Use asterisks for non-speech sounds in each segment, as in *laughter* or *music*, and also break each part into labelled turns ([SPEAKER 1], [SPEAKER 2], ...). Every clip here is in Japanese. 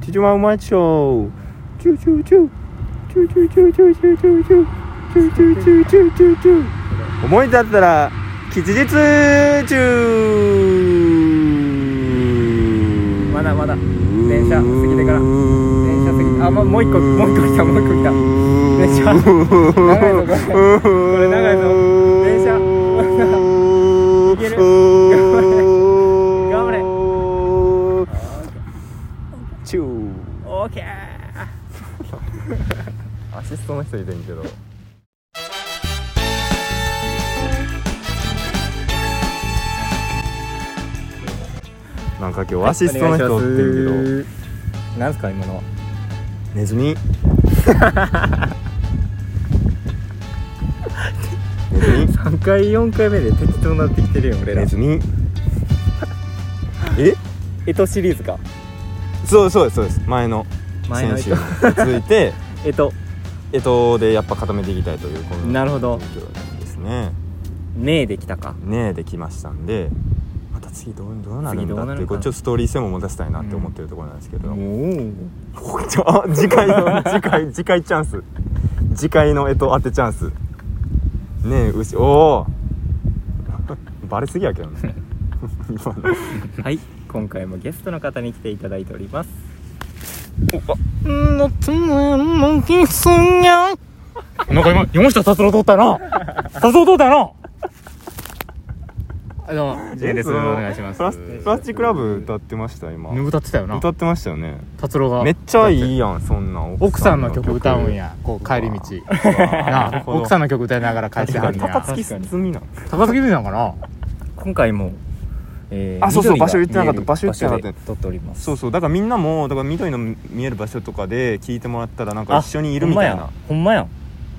[SPEAKER 1] チュチュマウマッチョチュチュチュチュチュチュチュチュチュチュチュチュチュチュチュチュ思い立ったら吉日中
[SPEAKER 2] まだまだ電車過ぎてから電車過ぎてあもうもう一個もう一個来たもう一個来た電車長いぞこれこれ長いぞ
[SPEAKER 1] *laughs*
[SPEAKER 2] 電車いける頑張れ
[SPEAKER 1] 頑張れチュー
[SPEAKER 2] オーケー
[SPEAKER 3] アシストの人いてんけど
[SPEAKER 1] なんか今日アシストの人おってんけど
[SPEAKER 2] けどなんすか今のは
[SPEAKER 1] ネ
[SPEAKER 2] *laughs*
[SPEAKER 1] ズミネズミ
[SPEAKER 2] 3回4回目で適当になってきてるよ俺
[SPEAKER 1] ネズ
[SPEAKER 2] *laughs*
[SPEAKER 1] ミえ
[SPEAKER 2] エトシリーズか
[SPEAKER 1] そうそうですそうです前の
[SPEAKER 2] 前の
[SPEAKER 1] 先週に続いて
[SPEAKER 2] えと
[SPEAKER 1] えとでやっぱ固めていきたいというこの
[SPEAKER 2] なるほど
[SPEAKER 1] 状況ですね
[SPEAKER 2] ねえできたか
[SPEAKER 1] ねえできましたんでまた次どうどうなるん
[SPEAKER 2] 次ど
[SPEAKER 1] だ
[SPEAKER 2] うな
[SPEAKER 1] っ
[SPEAKER 2] る
[SPEAKER 1] て
[SPEAKER 2] か
[SPEAKER 1] いうこうちょっとストーリー性も持たせたいなって思ってるところなんですけど、
[SPEAKER 2] う
[SPEAKER 1] ちょあ *laughs* 次回の次
[SPEAKER 3] *laughs*
[SPEAKER 1] 回次回チャンス次回のえと当てチャンスねえ牛おお *laughs* バレすぎやけどね *laughs* 今の
[SPEAKER 2] はい今回もゲストの方に来ていただいております
[SPEAKER 3] なんか今山下達郎通ったよな達郎通ったよなどうもジェンですお願いします
[SPEAKER 1] プラスプラスチックラブ歌ってました今
[SPEAKER 3] 歌ってたよな
[SPEAKER 1] 歌ってましたよね
[SPEAKER 3] 達郎が
[SPEAKER 1] めっちゃいいやんそんなん
[SPEAKER 3] 奥さんの曲歌うんやこう帰り道なあ奥さん
[SPEAKER 1] の
[SPEAKER 3] の曲歌いながら帰ってはんね
[SPEAKER 1] 高
[SPEAKER 3] や
[SPEAKER 1] 槻すみなの
[SPEAKER 3] 高槻美なのかな
[SPEAKER 2] 今回も、え
[SPEAKER 1] あそうそう
[SPEAKER 2] 緑が
[SPEAKER 1] 場所言ってなかった
[SPEAKER 2] 見える
[SPEAKER 1] 場所言ってなかった
[SPEAKER 2] 場所で撮っております
[SPEAKER 1] そうそうだからみんなもだから緑の見える場所とかで聞いてもらったらなんか一緒にいるみたいな
[SPEAKER 2] ほんまやん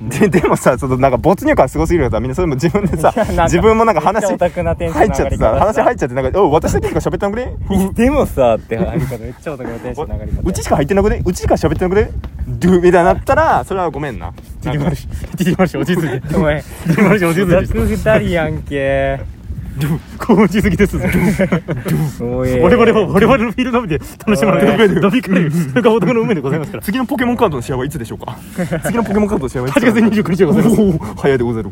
[SPEAKER 1] ででもさそのなんか没入感すごすぎるからみんなそれも自分でさ
[SPEAKER 2] いやなんか
[SPEAKER 1] *laughs* 自分もなんか話
[SPEAKER 2] めっちゃオタクなテンショ
[SPEAKER 1] 入っ
[SPEAKER 2] ンの
[SPEAKER 1] ちゃって
[SPEAKER 2] 上がり
[SPEAKER 1] さ
[SPEAKER 2] 方
[SPEAKER 1] 話入っちゃってなんか「お私だけしか喋ってなくね
[SPEAKER 2] ほんまやんでもさってあり方めっちゃ男のテンションの上が
[SPEAKER 1] *laughs*
[SPEAKER 2] り方
[SPEAKER 1] うちしか入ってなくねうちしか喋ってなくねドゥ」みたいになったらそれはごめんな
[SPEAKER 3] ティティマルシティティマルシ落ち着いて
[SPEAKER 2] お前
[SPEAKER 3] ティティマルシ落ち着い
[SPEAKER 2] 逆二人やんけ
[SPEAKER 3] てこう落ち着きです
[SPEAKER 1] *laughs*
[SPEAKER 2] おい
[SPEAKER 3] 我々は我々のフィールドで楽しまれて飲み会それが男の運命でございますから
[SPEAKER 1] 次のポケモンカードの試合はいつでしょうか次のポケモンカードの試合はいつ
[SPEAKER 3] 8月29日でございます
[SPEAKER 1] おー早いでござる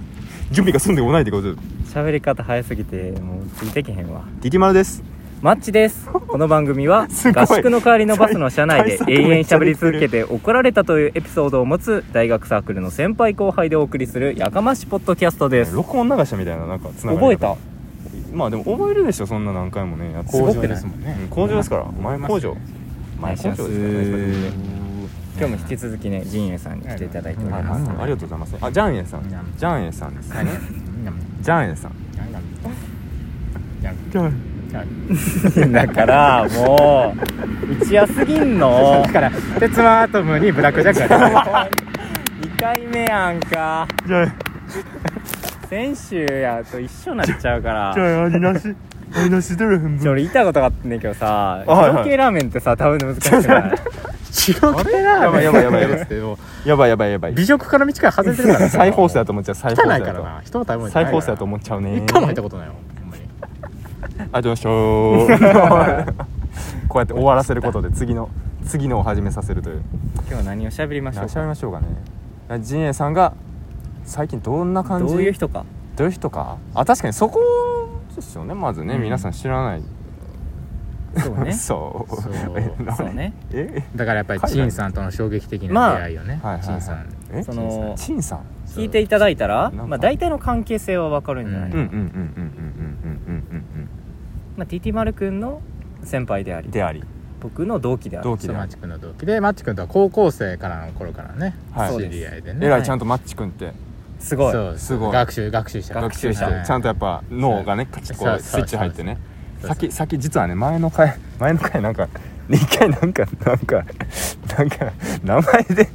[SPEAKER 1] 準備が済んでもないでござる
[SPEAKER 2] 喋り方早すぎてもうついてけへんわ
[SPEAKER 1] ディディマルです
[SPEAKER 2] マッチですこの番組は
[SPEAKER 1] *laughs* すごい
[SPEAKER 2] 合宿の代わりのバスの車内で
[SPEAKER 1] 対策
[SPEAKER 2] 永遠
[SPEAKER 1] めっ
[SPEAKER 2] し
[SPEAKER 1] ちゃ
[SPEAKER 2] ゃべ
[SPEAKER 1] で
[SPEAKER 2] り
[SPEAKER 1] きてる
[SPEAKER 2] 続けて怒られたというエピソードを持つ大学サークルの先輩後輩でお送りするやかましポッドキャストです
[SPEAKER 1] 録音流したみたいななんかつなが
[SPEAKER 2] 覚え
[SPEAKER 1] りが
[SPEAKER 2] た
[SPEAKER 1] まあでも覚えるでしょそんな何回もねやって
[SPEAKER 2] すごくない
[SPEAKER 3] ん
[SPEAKER 1] うん工場ですから前工場前工場ですからね
[SPEAKER 2] 今日も引き続きね陣営さんに来ていただいており
[SPEAKER 1] あ
[SPEAKER 2] ます
[SPEAKER 1] ありがとうございますあジャンエさんジャンエさんですねジャンエさんジャン
[SPEAKER 2] *laughs* だからもう一夜すぎ
[SPEAKER 1] *laughs*
[SPEAKER 2] んの
[SPEAKER 3] だから鉄腕アトムにブラックジャックが出て
[SPEAKER 2] *laughs*
[SPEAKER 3] る
[SPEAKER 2] 2回目やんか
[SPEAKER 1] ジャン
[SPEAKER 2] 先週やと一緒になっちゃうから
[SPEAKER 1] ジャンあり
[SPEAKER 2] *laughs*
[SPEAKER 1] なしありなし出る分
[SPEAKER 2] ちょ俺言いたいことがあってんねんけどさ
[SPEAKER 1] あはいはい
[SPEAKER 2] 塩系ラーメンってさ食べるの難
[SPEAKER 1] *laughs*
[SPEAKER 2] しくない
[SPEAKER 3] 白系ラ
[SPEAKER 1] やばいやばいやばいやばい
[SPEAKER 3] ば
[SPEAKER 1] やばいやばいやばい
[SPEAKER 3] 美食から道から外れてる *laughs* から
[SPEAKER 1] 再放送やと思っちゃう再放
[SPEAKER 3] 汚
[SPEAKER 1] 送
[SPEAKER 3] い
[SPEAKER 1] や
[SPEAKER 3] からな人の食べ物
[SPEAKER 1] と
[SPEAKER 3] じゃ
[SPEAKER 1] 再
[SPEAKER 3] ないか
[SPEAKER 1] 放
[SPEAKER 3] ら
[SPEAKER 1] 送やと思っちゃうね
[SPEAKER 3] 一回も入ったことないよほんまに
[SPEAKER 1] ありがとうございましたこうやって終わらせることで次の次のを始めさせるという
[SPEAKER 2] 今日何をしゃべりましょう
[SPEAKER 1] 何し
[SPEAKER 2] か
[SPEAKER 1] ゃべりましょうかね陣営さんが最近どんな感じ
[SPEAKER 2] どういう人か
[SPEAKER 1] どういう人かあ確かにそこですよねまずね、
[SPEAKER 2] うん
[SPEAKER 1] 皆さん知らない
[SPEAKER 2] そう
[SPEAKER 1] *laughs*
[SPEAKER 2] ね
[SPEAKER 1] そう
[SPEAKER 3] そう
[SPEAKER 1] えな
[SPEAKER 2] そうね
[SPEAKER 1] え
[SPEAKER 3] だからやっぱり
[SPEAKER 1] 海外
[SPEAKER 3] 陳さんとの衝撃的な出会いよね
[SPEAKER 1] はいはいはい
[SPEAKER 3] 陳さん
[SPEAKER 1] え
[SPEAKER 2] その
[SPEAKER 1] 陳さん
[SPEAKER 2] 聞いていただいたら
[SPEAKER 1] そうなんか
[SPEAKER 2] まあ大体の関係性は分かるんじゃない
[SPEAKER 1] うんうんうんうんうんうん
[SPEAKER 2] まあ TT 丸くんの先輩であ
[SPEAKER 1] うん
[SPEAKER 2] り
[SPEAKER 1] であり
[SPEAKER 2] 僕の同期であり
[SPEAKER 1] 同期
[SPEAKER 3] そう
[SPEAKER 1] で
[SPEAKER 3] マ
[SPEAKER 1] あ
[SPEAKER 3] ッ
[SPEAKER 1] り
[SPEAKER 3] チ君の同期でマッチ君とは高校生からの頃からね
[SPEAKER 1] はい
[SPEAKER 3] 知り合いで
[SPEAKER 1] え
[SPEAKER 3] ね
[SPEAKER 1] らいちゃんとマッチ君って
[SPEAKER 2] すごい
[SPEAKER 3] そう
[SPEAKER 1] すごい
[SPEAKER 3] 学習学習した
[SPEAKER 2] 学習した
[SPEAKER 3] はい
[SPEAKER 1] ちゃんとやっぱ脳がねカチッ
[SPEAKER 3] そ
[SPEAKER 1] こ
[SPEAKER 3] う
[SPEAKER 1] うスイッチ入ってね
[SPEAKER 3] そうそう
[SPEAKER 1] 先先実はね前の回前の回なんか一回なんかなんかなんか名前で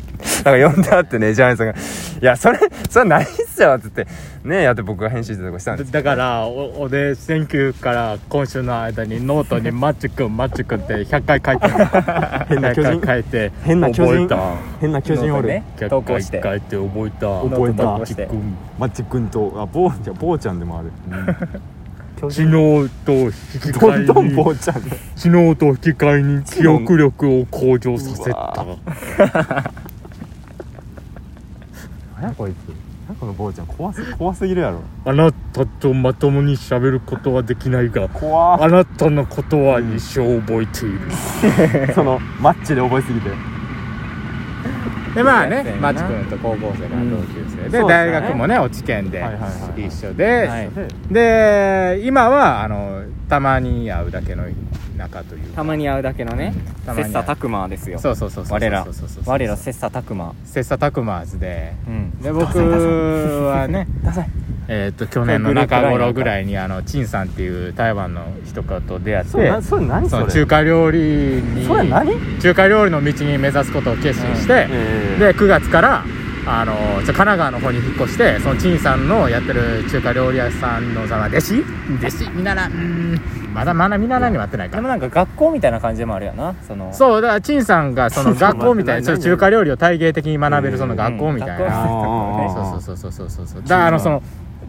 [SPEAKER 1] なんか呼んであってねジャニーさんが「いやそれそれないっすよ」って言ってねやって僕が編集してたりとかしたんです
[SPEAKER 3] だだからお俺選挙から今週の間にノートに「マッチ君マッチ君」って100回書いて *laughs* た
[SPEAKER 1] 変な巨人
[SPEAKER 3] 100回書いて
[SPEAKER 1] 変な巨人
[SPEAKER 3] 覚
[SPEAKER 1] 変な巨人おる、
[SPEAKER 2] ね
[SPEAKER 3] えた
[SPEAKER 2] 投稿して
[SPEAKER 3] 100回書いて覚えた
[SPEAKER 1] 覚えた
[SPEAKER 3] マ
[SPEAKER 2] 投稿
[SPEAKER 3] ッ
[SPEAKER 2] し
[SPEAKER 3] チ
[SPEAKER 2] て
[SPEAKER 3] 君
[SPEAKER 1] マッチ君とあ坊ちゃん坊ちゃんでもある、
[SPEAKER 4] 知能と引き
[SPEAKER 1] どん
[SPEAKER 4] 換
[SPEAKER 1] ど
[SPEAKER 4] え
[SPEAKER 1] ん
[SPEAKER 4] に
[SPEAKER 1] 坊ちゃんだ
[SPEAKER 4] 知能と引き換えに記憶力を向上さ
[SPEAKER 1] *laughs*
[SPEAKER 4] せ
[SPEAKER 1] う
[SPEAKER 4] た
[SPEAKER 1] わ何やこいつ何この坊ちゃん怖す怖すぎるやろ
[SPEAKER 4] あなたとまともに喋ることはできないが
[SPEAKER 1] 怖
[SPEAKER 4] あなたのことは一生覚えている、
[SPEAKER 1] そのマッチで覚えすぎて
[SPEAKER 3] でまあね
[SPEAKER 1] そうやね
[SPEAKER 3] マチ君と高校生が同級生で、
[SPEAKER 1] うん
[SPEAKER 3] 大学もね落ち研で
[SPEAKER 1] はいはいはいはい
[SPEAKER 3] 一緒で、
[SPEAKER 4] はい
[SPEAKER 1] で
[SPEAKER 3] で今はあのたまに会うだけの仲というか
[SPEAKER 2] たまに会うだけのね
[SPEAKER 3] たまに会う
[SPEAKER 2] 切磋琢磨ですよ
[SPEAKER 3] そうそうそうそう
[SPEAKER 2] 我ら
[SPEAKER 3] そうそうそうそう
[SPEAKER 2] 我ら切磋琢磨
[SPEAKER 3] 切磋琢磨図で
[SPEAKER 2] うん
[SPEAKER 3] で僕はね
[SPEAKER 2] ダサい
[SPEAKER 3] えーっと去年の中頃ぐらいにあの陳さんっていう台湾の人と出会っ
[SPEAKER 1] それ
[SPEAKER 3] て
[SPEAKER 1] なそれ何
[SPEAKER 3] そ
[SPEAKER 1] そ
[SPEAKER 3] の
[SPEAKER 1] れ
[SPEAKER 3] 中華料理に
[SPEAKER 1] それ何
[SPEAKER 3] 中華料理の道に目指すことを決心して、
[SPEAKER 1] え
[SPEAKER 3] で9月からあのちょ神奈川の方に引っ越してその陳さんのやってる中華料理屋さんのその弟子弟子見習うーんまだまだ見習いには会ってないか
[SPEAKER 2] でも
[SPEAKER 3] ら
[SPEAKER 2] なんか学校みたいな感じでもあるよなその
[SPEAKER 3] そうだから陳さん
[SPEAKER 2] *laughs*
[SPEAKER 3] がその学校みたいな
[SPEAKER 1] ち
[SPEAKER 3] ち
[SPEAKER 1] ょ
[SPEAKER 3] ょ
[SPEAKER 1] っと待って
[SPEAKER 3] っと中華料理を体系的に学べるその学校みたい
[SPEAKER 2] うん
[SPEAKER 1] あ
[SPEAKER 2] 学
[SPEAKER 3] な、
[SPEAKER 2] 校
[SPEAKER 1] ーあーあー
[SPEAKER 3] そうそうそうそうそうそうだからあのその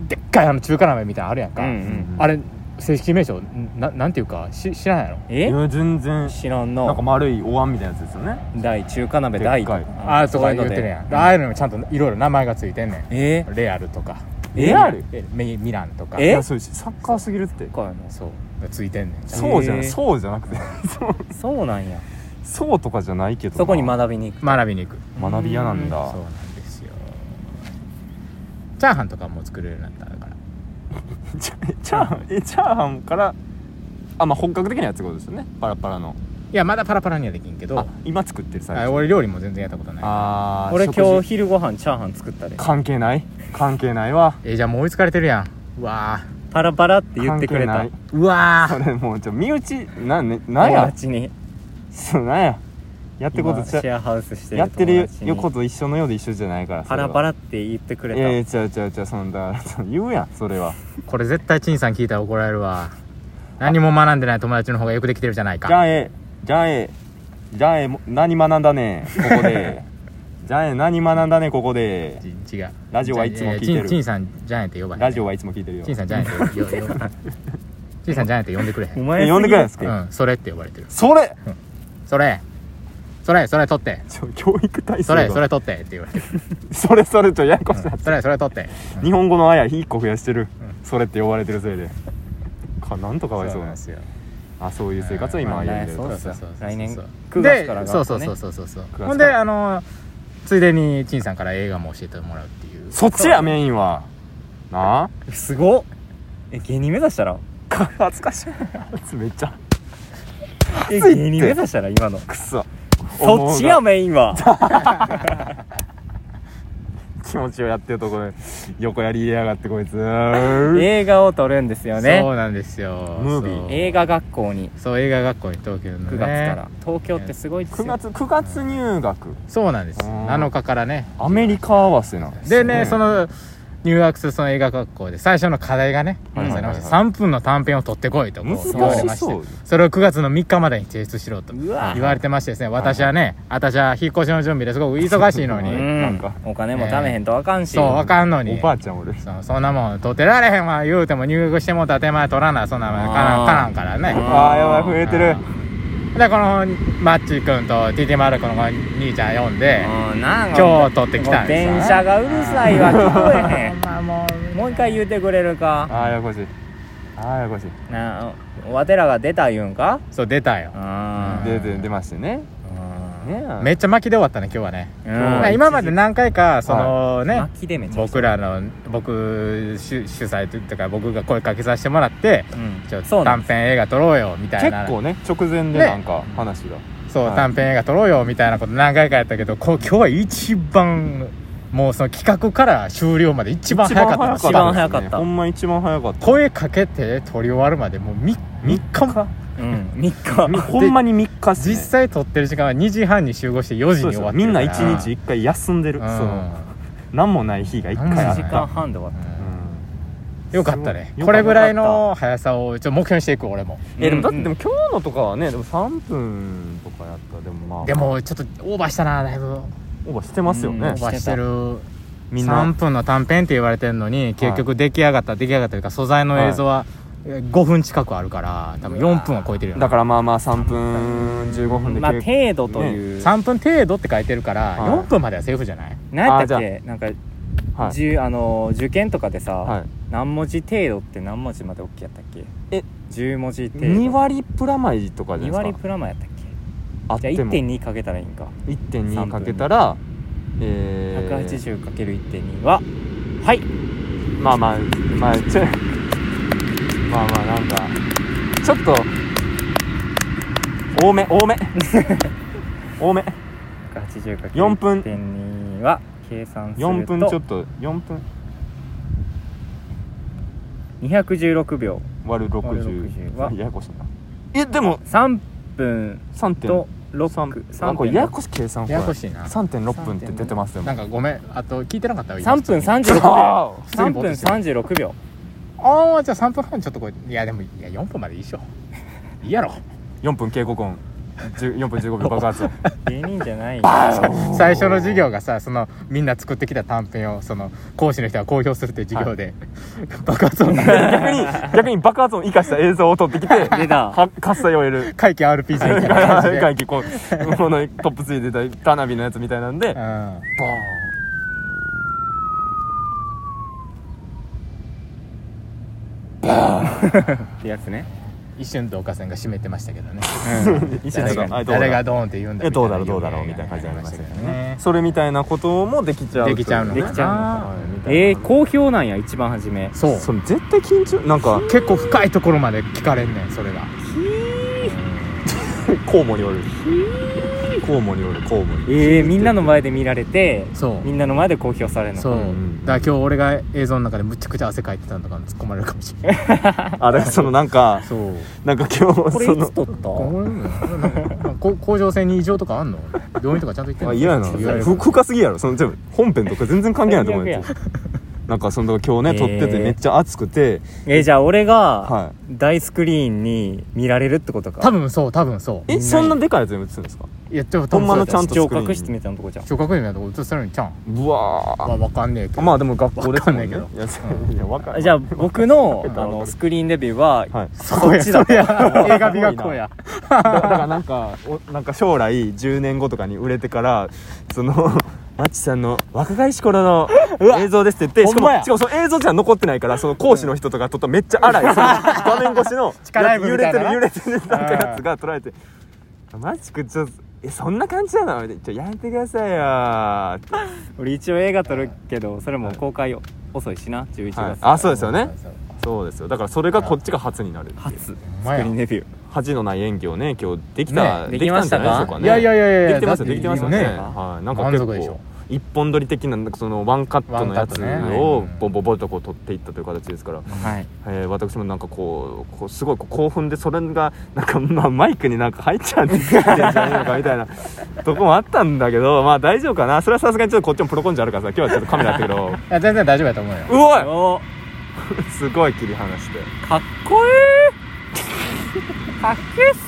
[SPEAKER 3] でっかいあの中華鍋みたいなのあるやんか、
[SPEAKER 2] うんうん
[SPEAKER 3] あれ正式名称ななんていうかし知らないの
[SPEAKER 2] え
[SPEAKER 1] いや全然
[SPEAKER 2] 知らん
[SPEAKER 1] なんか
[SPEAKER 2] の
[SPEAKER 1] 丸いお椀みたいなやつですよね
[SPEAKER 2] 大中華鍋
[SPEAKER 1] で
[SPEAKER 2] 大
[SPEAKER 1] っかい
[SPEAKER 3] ああと
[SPEAKER 2] そう
[SPEAKER 3] か
[SPEAKER 2] いうの
[SPEAKER 3] 言っ
[SPEAKER 2] で
[SPEAKER 3] てるやん、ああいうのにもちゃんといろいろ名前がついてんねん
[SPEAKER 2] え
[SPEAKER 3] レアルとか
[SPEAKER 2] え
[SPEAKER 1] ある
[SPEAKER 3] えミミランとか
[SPEAKER 2] え
[SPEAKER 1] いやそうしサッカーすぎるって
[SPEAKER 2] かいの
[SPEAKER 3] そうついてんねん
[SPEAKER 1] そうじゃ
[SPEAKER 2] へ
[SPEAKER 1] ん
[SPEAKER 2] ー
[SPEAKER 1] そうじゃなくてそう
[SPEAKER 2] そうなんや
[SPEAKER 1] そうとかじゃないけどな
[SPEAKER 2] そこに学びに行く
[SPEAKER 3] 学びに行く
[SPEAKER 1] 学び屋なんだ
[SPEAKER 3] そうなんですよチャーハンとかも作れるようになったから
[SPEAKER 1] チャチャーハンえチャーハンからあまあ本格的なやつってことですよねパラパラの
[SPEAKER 3] いやまだパラパラにはできんけど
[SPEAKER 1] あ今作ってる最
[SPEAKER 3] あ
[SPEAKER 1] 初
[SPEAKER 3] 俺料理も全然やったことない
[SPEAKER 1] あー
[SPEAKER 2] 俺
[SPEAKER 1] 食事
[SPEAKER 2] 今日昼ご飯チャーハン作ったで
[SPEAKER 1] 関係ない関係ないわ
[SPEAKER 3] えーじゃあもう追いつかれてるやんうわ
[SPEAKER 2] パラパラって言ってくれた
[SPEAKER 1] 関係
[SPEAKER 3] ーうわ
[SPEAKER 1] ないそ *laughs* れもうちょ身内なん,、ね、なん
[SPEAKER 2] 友
[SPEAKER 1] や
[SPEAKER 2] 達に
[SPEAKER 1] そう *laughs* なんややってこと
[SPEAKER 2] 今
[SPEAKER 1] ち
[SPEAKER 2] シ
[SPEAKER 1] ゃ
[SPEAKER 2] ェアハウスしてる
[SPEAKER 1] やってる
[SPEAKER 2] 友達に
[SPEAKER 1] 横と一緒のようで一緒じゃないから
[SPEAKER 2] パラパ
[SPEAKER 1] ラ
[SPEAKER 2] ラって言ってくれ
[SPEAKER 1] いやいや違
[SPEAKER 2] た
[SPEAKER 1] う違う違うそのだから *laughs* その言うやんそれは
[SPEAKER 3] これ絶対陳さん聞いたら怒られるわ何も学んでない友達の方がよくできてるじゃない
[SPEAKER 1] じゃ
[SPEAKER 3] か
[SPEAKER 1] あえじゃあえじゃあえも何学んだねここ
[SPEAKER 2] *laughs*
[SPEAKER 1] でじゃあえ何学んだねここで
[SPEAKER 3] ち違う
[SPEAKER 1] ラジオはいつも聞いてる
[SPEAKER 3] やや陳さんじゃんやって呼ばへん
[SPEAKER 1] ラジオはいつも聞いてるよ
[SPEAKER 3] 陳さんじゃんやって呼ばへん陳さんじゃんやって呼んでくれへん
[SPEAKER 2] お
[SPEAKER 1] え
[SPEAKER 2] 前
[SPEAKER 1] 呼んでくれないんです
[SPEAKER 2] す
[SPEAKER 1] か、
[SPEAKER 3] うん、それって呼ばれてる。
[SPEAKER 1] それ
[SPEAKER 3] それ、それ、それ取って。
[SPEAKER 1] ちょ教育体制
[SPEAKER 3] それ、そ
[SPEAKER 1] れ
[SPEAKER 3] れ取ってって言われてる。
[SPEAKER 1] それそれちょややこしい、
[SPEAKER 3] それ、それ取って。
[SPEAKER 1] 日本語のあや1個増やしてる、それって呼ばれてるせいでかなんとかわいそうな
[SPEAKER 3] すよ。
[SPEAKER 1] あそういう生活を今歩ん
[SPEAKER 2] まあ
[SPEAKER 1] で
[SPEAKER 2] ね
[SPEAKER 1] る
[SPEAKER 2] そうっすよ来年
[SPEAKER 3] 九
[SPEAKER 2] 9月からが
[SPEAKER 3] そうそうそう
[SPEAKER 2] ね
[SPEAKER 3] そうそうそう。
[SPEAKER 1] 月から
[SPEAKER 3] ほんで、あの、ついでに、陳さんから映画も教えてもらうっていう。
[SPEAKER 1] そっちやメインはなあ
[SPEAKER 2] すごっえ芸人目指したら
[SPEAKER 1] か恥ずかしいあいつめっちゃ熱
[SPEAKER 2] え
[SPEAKER 1] いって
[SPEAKER 2] 芸人目指したら今の
[SPEAKER 1] く *laughs* そ
[SPEAKER 2] そっちやメイン
[SPEAKER 3] *laughs*
[SPEAKER 2] は
[SPEAKER 1] 気持ちをやってるとこで横やり入れやがってこいつ *laughs* え
[SPEAKER 2] 映画を撮るんですよ
[SPEAKER 3] そう
[SPEAKER 2] ね
[SPEAKER 3] なんですよ。
[SPEAKER 1] ムービー
[SPEAKER 3] そう
[SPEAKER 2] 映。画学校に
[SPEAKER 3] そう、映画学校に東京のね。
[SPEAKER 2] 9月から東京ってすごいです
[SPEAKER 1] 9
[SPEAKER 2] よ
[SPEAKER 1] 月9月入学
[SPEAKER 3] そうなんです。
[SPEAKER 1] うん
[SPEAKER 3] 7日からね。
[SPEAKER 1] アメリカ合わせなん
[SPEAKER 3] でね、その、入学するその映画学校で最初の課題がね、
[SPEAKER 1] はいはいはいはい
[SPEAKER 3] 3分の短編を取ってこいとこう言われ
[SPEAKER 1] 難
[SPEAKER 3] ま
[SPEAKER 1] し
[SPEAKER 3] して
[SPEAKER 1] そう
[SPEAKER 3] それを9月の3日までに提出しろと
[SPEAKER 2] う
[SPEAKER 3] 言
[SPEAKER 2] わ
[SPEAKER 3] われてましてですね私はね私は引っ越しの準備ですごく忙しいの
[SPEAKER 2] う
[SPEAKER 1] ね
[SPEAKER 3] に
[SPEAKER 1] なん
[SPEAKER 2] ん
[SPEAKER 1] か
[SPEAKER 2] お金も貯めへんとあかんし
[SPEAKER 3] そうわかんのに
[SPEAKER 1] おばあちゃん俺
[SPEAKER 3] そうそんなもん取ってられへんわ言うても入学してもうた手前取らなそんなもんかな
[SPEAKER 2] あー
[SPEAKER 3] んかなんからね
[SPEAKER 1] ああやばい増えてる
[SPEAKER 3] でこのマッチ君とティティマルコの兄ちゃん呼んで
[SPEAKER 2] うんなんか
[SPEAKER 3] 今日取ってきたんですよ
[SPEAKER 2] 電車がうるさいわ聞こえへん
[SPEAKER 3] *laughs* まあも
[SPEAKER 2] もう一回言うてくれるか
[SPEAKER 1] ああややこしいああややこしい
[SPEAKER 2] なあわてらが出た言うんか
[SPEAKER 3] うそう出たよ
[SPEAKER 2] あ
[SPEAKER 1] でで出ましてね
[SPEAKER 2] あ
[SPEAKER 1] ね
[SPEAKER 3] めっちゃ巻きで終わったね今日はね
[SPEAKER 1] うん
[SPEAKER 3] 今まで何回かそのね
[SPEAKER 2] 巻きでめちゃくちゃ
[SPEAKER 3] 僕らの僕主主催というか僕が声かけさせてもらって
[SPEAKER 2] うん
[SPEAKER 3] ちょっ
[SPEAKER 2] そ
[SPEAKER 3] と
[SPEAKER 2] うなんで
[SPEAKER 3] 短
[SPEAKER 2] す
[SPEAKER 3] 編映画撮ろうよみたい
[SPEAKER 1] 結
[SPEAKER 3] な
[SPEAKER 1] 構ね直前で
[SPEAKER 3] ね
[SPEAKER 1] なんか話が
[SPEAKER 3] そう、
[SPEAKER 1] はい
[SPEAKER 3] 短編映画撮ろうよみたいなこと何回かやったけどこう今日は一番もうその企画から終了まで一番早かった
[SPEAKER 1] 一番
[SPEAKER 2] 一
[SPEAKER 1] 早
[SPEAKER 2] 番
[SPEAKER 1] か
[SPEAKER 2] 早か
[SPEAKER 1] っ
[SPEAKER 2] ったた
[SPEAKER 1] ほんま一番早かった
[SPEAKER 3] 声かけて撮り終わるまでもう 3, 日も
[SPEAKER 2] うん3
[SPEAKER 1] み
[SPEAKER 2] 日
[SPEAKER 1] ほんまに3日っすね
[SPEAKER 3] 実際撮ってる時間は2時半に集合して4時
[SPEAKER 1] そうで
[SPEAKER 3] に終
[SPEAKER 1] す
[SPEAKER 3] わ
[SPEAKER 1] よ
[SPEAKER 3] って
[SPEAKER 1] み
[SPEAKER 3] る
[SPEAKER 1] ん
[SPEAKER 3] か
[SPEAKER 1] な
[SPEAKER 3] ら
[SPEAKER 1] 一日一回休んでる、
[SPEAKER 3] う
[SPEAKER 1] その
[SPEAKER 3] ん
[SPEAKER 1] 何もない日が一回あ
[SPEAKER 2] 1
[SPEAKER 1] っ
[SPEAKER 2] 時
[SPEAKER 3] 何もない
[SPEAKER 2] 間
[SPEAKER 1] た、
[SPEAKER 2] 半で終わった
[SPEAKER 1] うん
[SPEAKER 3] よかったね
[SPEAKER 1] すご
[SPEAKER 3] これぐらいの速さをちょっと目標にしていく俺も
[SPEAKER 1] えでもだっ
[SPEAKER 2] う
[SPEAKER 1] て
[SPEAKER 2] ん
[SPEAKER 1] でも今日のとかはねでも3分とかやったでもまあ
[SPEAKER 3] でもちょっとオーバーしたなだいぶオ
[SPEAKER 1] オーバーしてますよ
[SPEAKER 2] う
[SPEAKER 1] ね
[SPEAKER 2] ん
[SPEAKER 3] ーバーしてる
[SPEAKER 1] みん
[SPEAKER 3] 3
[SPEAKER 1] な
[SPEAKER 3] 分の短編って言われてるのに結局出来上がった出来上がったというか素材の映像は5分近くあるから多分4分は超えてるよね
[SPEAKER 1] だからまあまあ3分15分で
[SPEAKER 2] まあ
[SPEAKER 1] 結構
[SPEAKER 2] 程度という、
[SPEAKER 3] 3分程度って書いてるから
[SPEAKER 1] はい
[SPEAKER 3] 4分まではセーフじゃない
[SPEAKER 2] 何やったっ
[SPEAKER 1] あ
[SPEAKER 2] けなんか、
[SPEAKER 1] はい
[SPEAKER 2] じゅあの受験とかでさ、
[SPEAKER 1] はい
[SPEAKER 2] 何文字程度って何文字まで OK やったっけ
[SPEAKER 1] え
[SPEAKER 2] 10文字程度
[SPEAKER 1] 2割プラマイとかじ
[SPEAKER 2] 2
[SPEAKER 1] ゃない
[SPEAKER 2] 割
[SPEAKER 1] ですか
[SPEAKER 2] プラマやったっけ
[SPEAKER 1] あっ
[SPEAKER 2] じゃあ
[SPEAKER 1] ても
[SPEAKER 2] 1.2かけたらいいんか、
[SPEAKER 1] 1.2かけたらえー、
[SPEAKER 2] 180かける1.2ははい
[SPEAKER 1] まあまあまあちょ *laughs* まあまあなんかちょっと多め多め多め
[SPEAKER 2] 180かける
[SPEAKER 1] 4分
[SPEAKER 2] 1.2は計算すると
[SPEAKER 1] 4分ちょっと4分
[SPEAKER 2] 216秒
[SPEAKER 1] 割る
[SPEAKER 2] 割る60
[SPEAKER 1] 60
[SPEAKER 2] は
[SPEAKER 1] ややこしいなえでも
[SPEAKER 2] 3分
[SPEAKER 1] 3点
[SPEAKER 2] と
[SPEAKER 1] 三
[SPEAKER 2] 6
[SPEAKER 1] なんかややこしい計算
[SPEAKER 3] ややこしいな
[SPEAKER 1] 3.6分って出てますよ
[SPEAKER 3] なんかごめんあと聞いてなかったわ今
[SPEAKER 2] 3分
[SPEAKER 3] 普
[SPEAKER 2] 36秒
[SPEAKER 1] あ
[SPEAKER 3] 通に
[SPEAKER 2] 3
[SPEAKER 3] ボ
[SPEAKER 2] 分
[SPEAKER 3] ツしてる
[SPEAKER 2] 36秒
[SPEAKER 3] ああじゃあ3分半ちょっとこういやでもいや4分までいいっしょいいやろ
[SPEAKER 1] 4分警告音10 4分15秒爆発
[SPEAKER 2] 芸人じゃない
[SPEAKER 3] 最初の授業がさそのみんな作ってきた短編をその講師の人が公表するっていう授業で、爆発音 *laughs*
[SPEAKER 1] 逆に逆に爆発音生かした映像を撮ってきて
[SPEAKER 2] 出た
[SPEAKER 1] は喝采を得る
[SPEAKER 3] 会見 RPG み *laughs* たいな感
[SPEAKER 1] *laughs*
[SPEAKER 3] じで、
[SPEAKER 1] 会議こうこのトップ3で出た花火のやつみたいなんで
[SPEAKER 3] う
[SPEAKER 1] バ
[SPEAKER 3] ん、
[SPEAKER 2] ってやつね
[SPEAKER 3] 一瞬で岡さんが締めてましたけどね
[SPEAKER 1] ーン一瞬
[SPEAKER 3] 誰
[SPEAKER 1] で
[SPEAKER 3] が
[SPEAKER 1] はいどう
[SPEAKER 3] 誰が
[SPEAKER 1] だ
[SPEAKER 3] ドーンって言うんだ
[SPEAKER 1] え
[SPEAKER 3] みたい
[SPEAKER 1] どう
[SPEAKER 3] な
[SPEAKER 1] だろうどうだろうみたいな感じになりましたけどね
[SPEAKER 3] ね
[SPEAKER 1] それみたいなこともできちゃう
[SPEAKER 3] できちゃうの
[SPEAKER 1] とい
[SPEAKER 3] か
[SPEAKER 1] ね
[SPEAKER 2] でき
[SPEAKER 3] な
[SPEAKER 2] ちゃうのか
[SPEAKER 1] はいみたいな
[SPEAKER 2] えー、好評なんや一番初め
[SPEAKER 3] そう
[SPEAKER 1] その絶対緊張なんか
[SPEAKER 3] 結構深いところまで聞かれんねんそれが
[SPEAKER 1] コウモリおるコウモリおるコウモリ
[SPEAKER 2] えー、みんなの前で見られて
[SPEAKER 3] そう
[SPEAKER 2] みんなの前で公表されるの
[SPEAKER 3] そう、
[SPEAKER 1] ん
[SPEAKER 3] だから今日俺が映像の中でむちゃくちゃ汗かいてたのとかも突っ込まれるかもしれない
[SPEAKER 1] あだからそのなんか
[SPEAKER 3] そう
[SPEAKER 1] なんか今日
[SPEAKER 2] これい
[SPEAKER 1] そ
[SPEAKER 2] つ
[SPEAKER 1] の
[SPEAKER 2] 撮った
[SPEAKER 3] こ甲状腺に異常とかあんの病院とかちゃんと行ってんの
[SPEAKER 1] あ嫌やな
[SPEAKER 3] 言われる
[SPEAKER 1] ふ深すぎやろその全部本編とか全然関係ないと思うやつ
[SPEAKER 2] 最悪
[SPEAKER 1] なんかその今日ね撮ってて
[SPEAKER 2] えー
[SPEAKER 1] めっちゃ暑くて
[SPEAKER 2] えー、じゃあ俺が
[SPEAKER 1] は
[SPEAKER 2] 大スクリーンに見られるってことか
[SPEAKER 3] 多分そう多分そう
[SPEAKER 1] いえそんなでかいやつに映すんですか
[SPEAKER 3] いやでも多分
[SPEAKER 1] ほんま
[SPEAKER 3] そう
[SPEAKER 1] のちゃん
[SPEAKER 3] と
[SPEAKER 1] と
[SPEAKER 2] 聴覚室みたいなとこじゃん
[SPEAKER 3] 聴覚炎みたいなとこ映ってるんちゃうん
[SPEAKER 1] うわ
[SPEAKER 3] ま
[SPEAKER 1] ー
[SPEAKER 3] あわかんねえけど
[SPEAKER 1] まあでも学校ですもんね
[SPEAKER 3] わかんないけど
[SPEAKER 1] いやそういやわかんない
[SPEAKER 2] じゃあ僕のあ
[SPEAKER 1] なるほ
[SPEAKER 2] の
[SPEAKER 1] ど
[SPEAKER 2] スクリーンレビューは、
[SPEAKER 1] はい
[SPEAKER 3] そうや
[SPEAKER 2] そ
[SPEAKER 3] そ
[SPEAKER 2] っちだ
[SPEAKER 3] うや映画美学校や
[SPEAKER 1] だだからなんかおなんか将来10年後とかに売れてからその *laughs* マッチさんの若返し頃の映像ですって言ってしか
[SPEAKER 2] ほんまや
[SPEAKER 1] もしかもその映像じゃ残ってないからその講師の人とか撮ったらめっちゃ荒いその画面越しの
[SPEAKER 3] 力ライブ
[SPEAKER 1] 揺
[SPEAKER 3] みた
[SPEAKER 1] れ
[SPEAKER 3] い
[SPEAKER 1] て
[SPEAKER 3] な
[SPEAKER 1] る
[SPEAKER 3] な
[SPEAKER 1] 揺れてるなんかやつが捉えて「マッチくんちょっとえそんな感じなの?」みたいな「ちょやめてくださいよーって」
[SPEAKER 2] *laughs* 俺一応映画撮るけどそれも公開遅いしな11月、
[SPEAKER 1] はい、あそうですよねそうですよだからそれがこっちが初になるっていう
[SPEAKER 2] 初スクリ
[SPEAKER 3] お前や
[SPEAKER 2] ーンレビュー
[SPEAKER 1] 恥のない演技をね今日できた、
[SPEAKER 2] ねできましたか
[SPEAKER 1] できたんじゃないでしょうかね
[SPEAKER 3] いやいやいやいや
[SPEAKER 1] できてますよ
[SPEAKER 3] だって
[SPEAKER 1] できてますよね
[SPEAKER 3] ね
[SPEAKER 1] はいなんか結
[SPEAKER 3] 満足でしょ
[SPEAKER 1] 構一本撮り的ななんかそのワンカットのやつ
[SPEAKER 3] ワンカットね
[SPEAKER 1] を
[SPEAKER 3] うん
[SPEAKER 1] ボンボンボンとこう撮っていったという形ですから、
[SPEAKER 2] はい
[SPEAKER 1] えー私もなんかこうこうすごいこう興奮でそれがなんか、まあ、マイクになんか入っちゃってんじゃないのかみたい
[SPEAKER 3] *laughs*
[SPEAKER 1] なとこもあったんだけどまあ大丈夫かなそれはさすがにちょっとこっちもプロ根性あるからさ今日はちょっとカメラやったけど
[SPEAKER 3] いや全然大丈夫やと思うよ *laughs*
[SPEAKER 1] うわい
[SPEAKER 2] お
[SPEAKER 1] すごい切り離して
[SPEAKER 2] かっこいいかっけえっす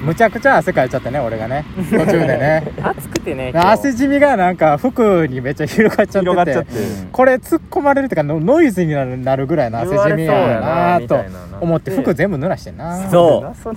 [SPEAKER 3] むちゃくちゃ汗かいちゃってね俺がね途中でね
[SPEAKER 2] 暑くてね今日
[SPEAKER 3] 汗じみがなんか服にめっちゃ広がっちゃってて
[SPEAKER 1] 広がっちゃって、
[SPEAKER 3] これ突っ込まれるっていうかノノイズになるなるぐらいの汗じみやなと思って服全部濡らしてんな
[SPEAKER 2] そう
[SPEAKER 1] それ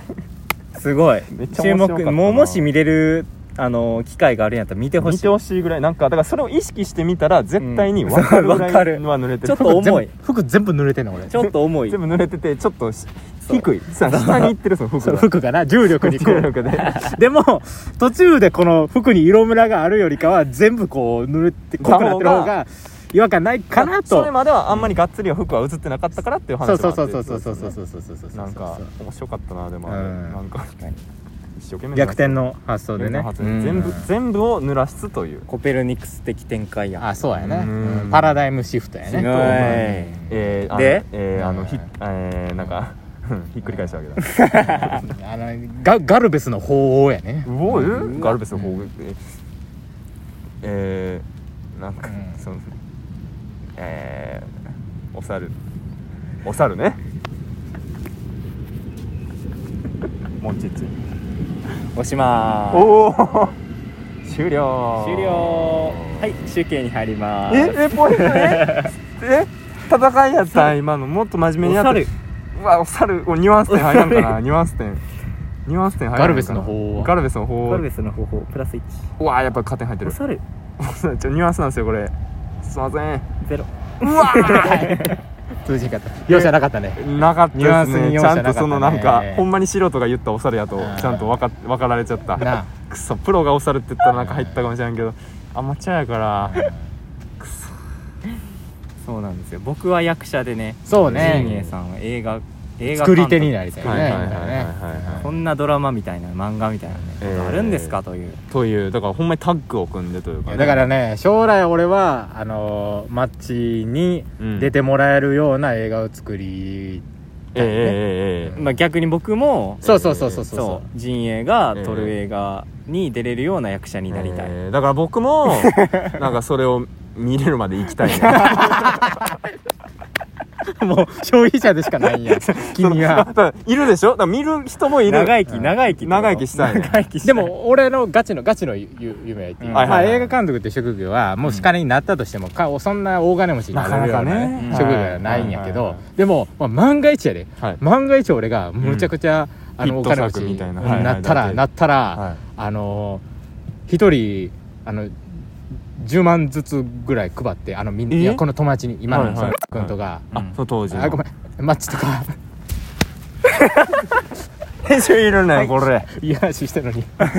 [SPEAKER 2] すごい
[SPEAKER 1] めっちゃ
[SPEAKER 2] 注
[SPEAKER 1] 面白かったな
[SPEAKER 2] 目もうもし見れるあの機会があるんやったら見てほし
[SPEAKER 1] 見
[SPEAKER 2] い
[SPEAKER 1] てほしいぐらいなんかだからそれを意識してみたら絶対に分かるぐらい
[SPEAKER 2] わかる
[SPEAKER 1] は濡れて
[SPEAKER 2] ちょ
[SPEAKER 1] る、
[SPEAKER 2] っと重い
[SPEAKER 3] 服全部濡れてんの俺
[SPEAKER 2] ちょっと重い
[SPEAKER 1] 全部濡れててちょっとし低いさ下に行ってるその服
[SPEAKER 3] そう
[SPEAKER 1] が
[SPEAKER 3] 服がな重力にこ
[SPEAKER 1] 重
[SPEAKER 3] う
[SPEAKER 1] 力で
[SPEAKER 3] でも途中でこの服に色ムラがあるよりかは全部こう濡れて濃くなってる方が違和感ないかな
[SPEAKER 1] そ
[SPEAKER 3] と
[SPEAKER 1] れまではあんまりがっつりは服は映ってなかったからっていう話
[SPEAKER 3] そう
[SPEAKER 1] が
[SPEAKER 3] そ
[SPEAKER 1] あ
[SPEAKER 3] う
[SPEAKER 1] って
[SPEAKER 3] そうそうそうそうそうそうそうそうそうそう
[SPEAKER 1] なんか面白かったなでも、あれ
[SPEAKER 3] うん
[SPEAKER 1] なんか一生懸命
[SPEAKER 3] 逆転の発想
[SPEAKER 1] 逆転
[SPEAKER 3] でね
[SPEAKER 1] の発
[SPEAKER 2] う
[SPEAKER 1] 明
[SPEAKER 2] ん
[SPEAKER 1] 全部全部を濡らしつという
[SPEAKER 2] コペルニクス的展開や
[SPEAKER 3] あそうやね
[SPEAKER 1] うん
[SPEAKER 3] うんパラダイムシフトや
[SPEAKER 2] すごい
[SPEAKER 3] ね
[SPEAKER 1] えー、あの
[SPEAKER 2] で
[SPEAKER 1] えー、あのひ
[SPEAKER 3] うん
[SPEAKER 1] えー、なんかひっくり返したわけだ
[SPEAKER 3] あのガガルベスの法王やね
[SPEAKER 1] うお
[SPEAKER 2] うん
[SPEAKER 1] えガルベスの方がえー、なんか、
[SPEAKER 3] うん
[SPEAKER 1] そのえー、お猿お猿ねモンチッチ
[SPEAKER 2] おしまーす
[SPEAKER 1] おお終了
[SPEAKER 2] 終了はい集計に入ります
[SPEAKER 1] ええポイントねえ戦いやったん今のもっと真面目にやって
[SPEAKER 2] お猿
[SPEAKER 1] うわお猿おニュアンス点入らんかなニュアンス点ニュアンス点入らんかな
[SPEAKER 3] ガルベスの方は
[SPEAKER 1] ガルベスの方
[SPEAKER 2] カルベスの方法プラス1
[SPEAKER 1] うわやっぱ加点入って
[SPEAKER 2] お *laughs*
[SPEAKER 1] るち
[SPEAKER 2] 猿
[SPEAKER 1] ょニュアンスなんですよこれすいません
[SPEAKER 2] ゼロ
[SPEAKER 1] うわー
[SPEAKER 3] 通じなかった容赦なかったね
[SPEAKER 1] なかった
[SPEAKER 3] ニュア
[SPEAKER 1] で
[SPEAKER 3] ンス
[SPEAKER 1] すね
[SPEAKER 3] に
[SPEAKER 1] ち
[SPEAKER 3] 容
[SPEAKER 1] ゃ
[SPEAKER 3] 赦
[SPEAKER 1] ん
[SPEAKER 3] なか
[SPEAKER 1] と
[SPEAKER 3] ったね
[SPEAKER 1] そのなんかほんまに素人が言ったお猿やと
[SPEAKER 3] うん
[SPEAKER 1] ちゃんと分か分かられちゃった
[SPEAKER 3] なあ
[SPEAKER 1] くそプロがお猿って言ったらなんか入ったかもしれんけどアマチュアやから
[SPEAKER 2] そうなんですよ僕は役者でね
[SPEAKER 3] そう
[SPEAKER 2] ジンエ
[SPEAKER 3] ね
[SPEAKER 2] イさんは映画映画監督
[SPEAKER 3] 作り手になりたいね
[SPEAKER 1] はいはいはい
[SPEAKER 3] だから
[SPEAKER 1] はい
[SPEAKER 3] ね
[SPEAKER 1] はい
[SPEAKER 2] こんなドラマみたいな漫画みたいなね、
[SPEAKER 1] えー
[SPEAKER 2] あるんですかという
[SPEAKER 1] というだからほんまにタッグを組んでという
[SPEAKER 3] い
[SPEAKER 1] か
[SPEAKER 3] や
[SPEAKER 1] ね
[SPEAKER 3] だからね将来俺はあのマッチに
[SPEAKER 1] うん
[SPEAKER 3] 出てもらえるような映画を作り、
[SPEAKER 1] ええええええ
[SPEAKER 2] まあ逆に僕も
[SPEAKER 3] そうそうそうそうそう
[SPEAKER 2] そ
[SPEAKER 3] そう
[SPEAKER 2] 陣営が撮る映画に出れるような役者になりたい、
[SPEAKER 1] えーだから僕
[SPEAKER 3] *laughs*
[SPEAKER 1] もなんかそれを見れるまで行きたいね
[SPEAKER 3] うもう消費者でしかないんや
[SPEAKER 1] *laughs*
[SPEAKER 3] 君
[SPEAKER 1] だ
[SPEAKER 3] は
[SPEAKER 1] からいるでしょだから見る人もいる
[SPEAKER 2] 長生き
[SPEAKER 1] うん
[SPEAKER 2] 長生きってこと
[SPEAKER 1] 長生きしたいね
[SPEAKER 2] 長生きした
[SPEAKER 3] *laughs* で
[SPEAKER 2] い
[SPEAKER 3] も俺のガチのガチのゆゆ夢は言っていい、
[SPEAKER 2] うん
[SPEAKER 1] はいはいはい
[SPEAKER 3] まあ、映画監督って職業はもし金になったとしても、かそんな大金持ちになれるような,、
[SPEAKER 1] なかなかね
[SPEAKER 3] 職業はないんやけど、
[SPEAKER 1] はいはいは
[SPEAKER 3] でも、まあ、万が一やで
[SPEAKER 1] はい
[SPEAKER 3] 万が一俺がむちゃくちゃ、あの
[SPEAKER 1] ヒ
[SPEAKER 3] お
[SPEAKER 1] ット
[SPEAKER 3] 金持ち
[SPEAKER 1] 作みたいな
[SPEAKER 3] に
[SPEAKER 1] はい
[SPEAKER 3] なったら、
[SPEAKER 1] はい
[SPEAKER 3] なったら、
[SPEAKER 1] はい
[SPEAKER 3] あの一人あの10万ずつぐらい配ってあのみん
[SPEAKER 1] え
[SPEAKER 3] いやこの友達に今
[SPEAKER 1] はい
[SPEAKER 3] の
[SPEAKER 1] はい
[SPEAKER 3] その君とか、
[SPEAKER 1] あその当時の
[SPEAKER 3] あごめんマッチとか
[SPEAKER 1] 編集いるねこれ
[SPEAKER 3] いい話してるのに、 *laughs* ま、マ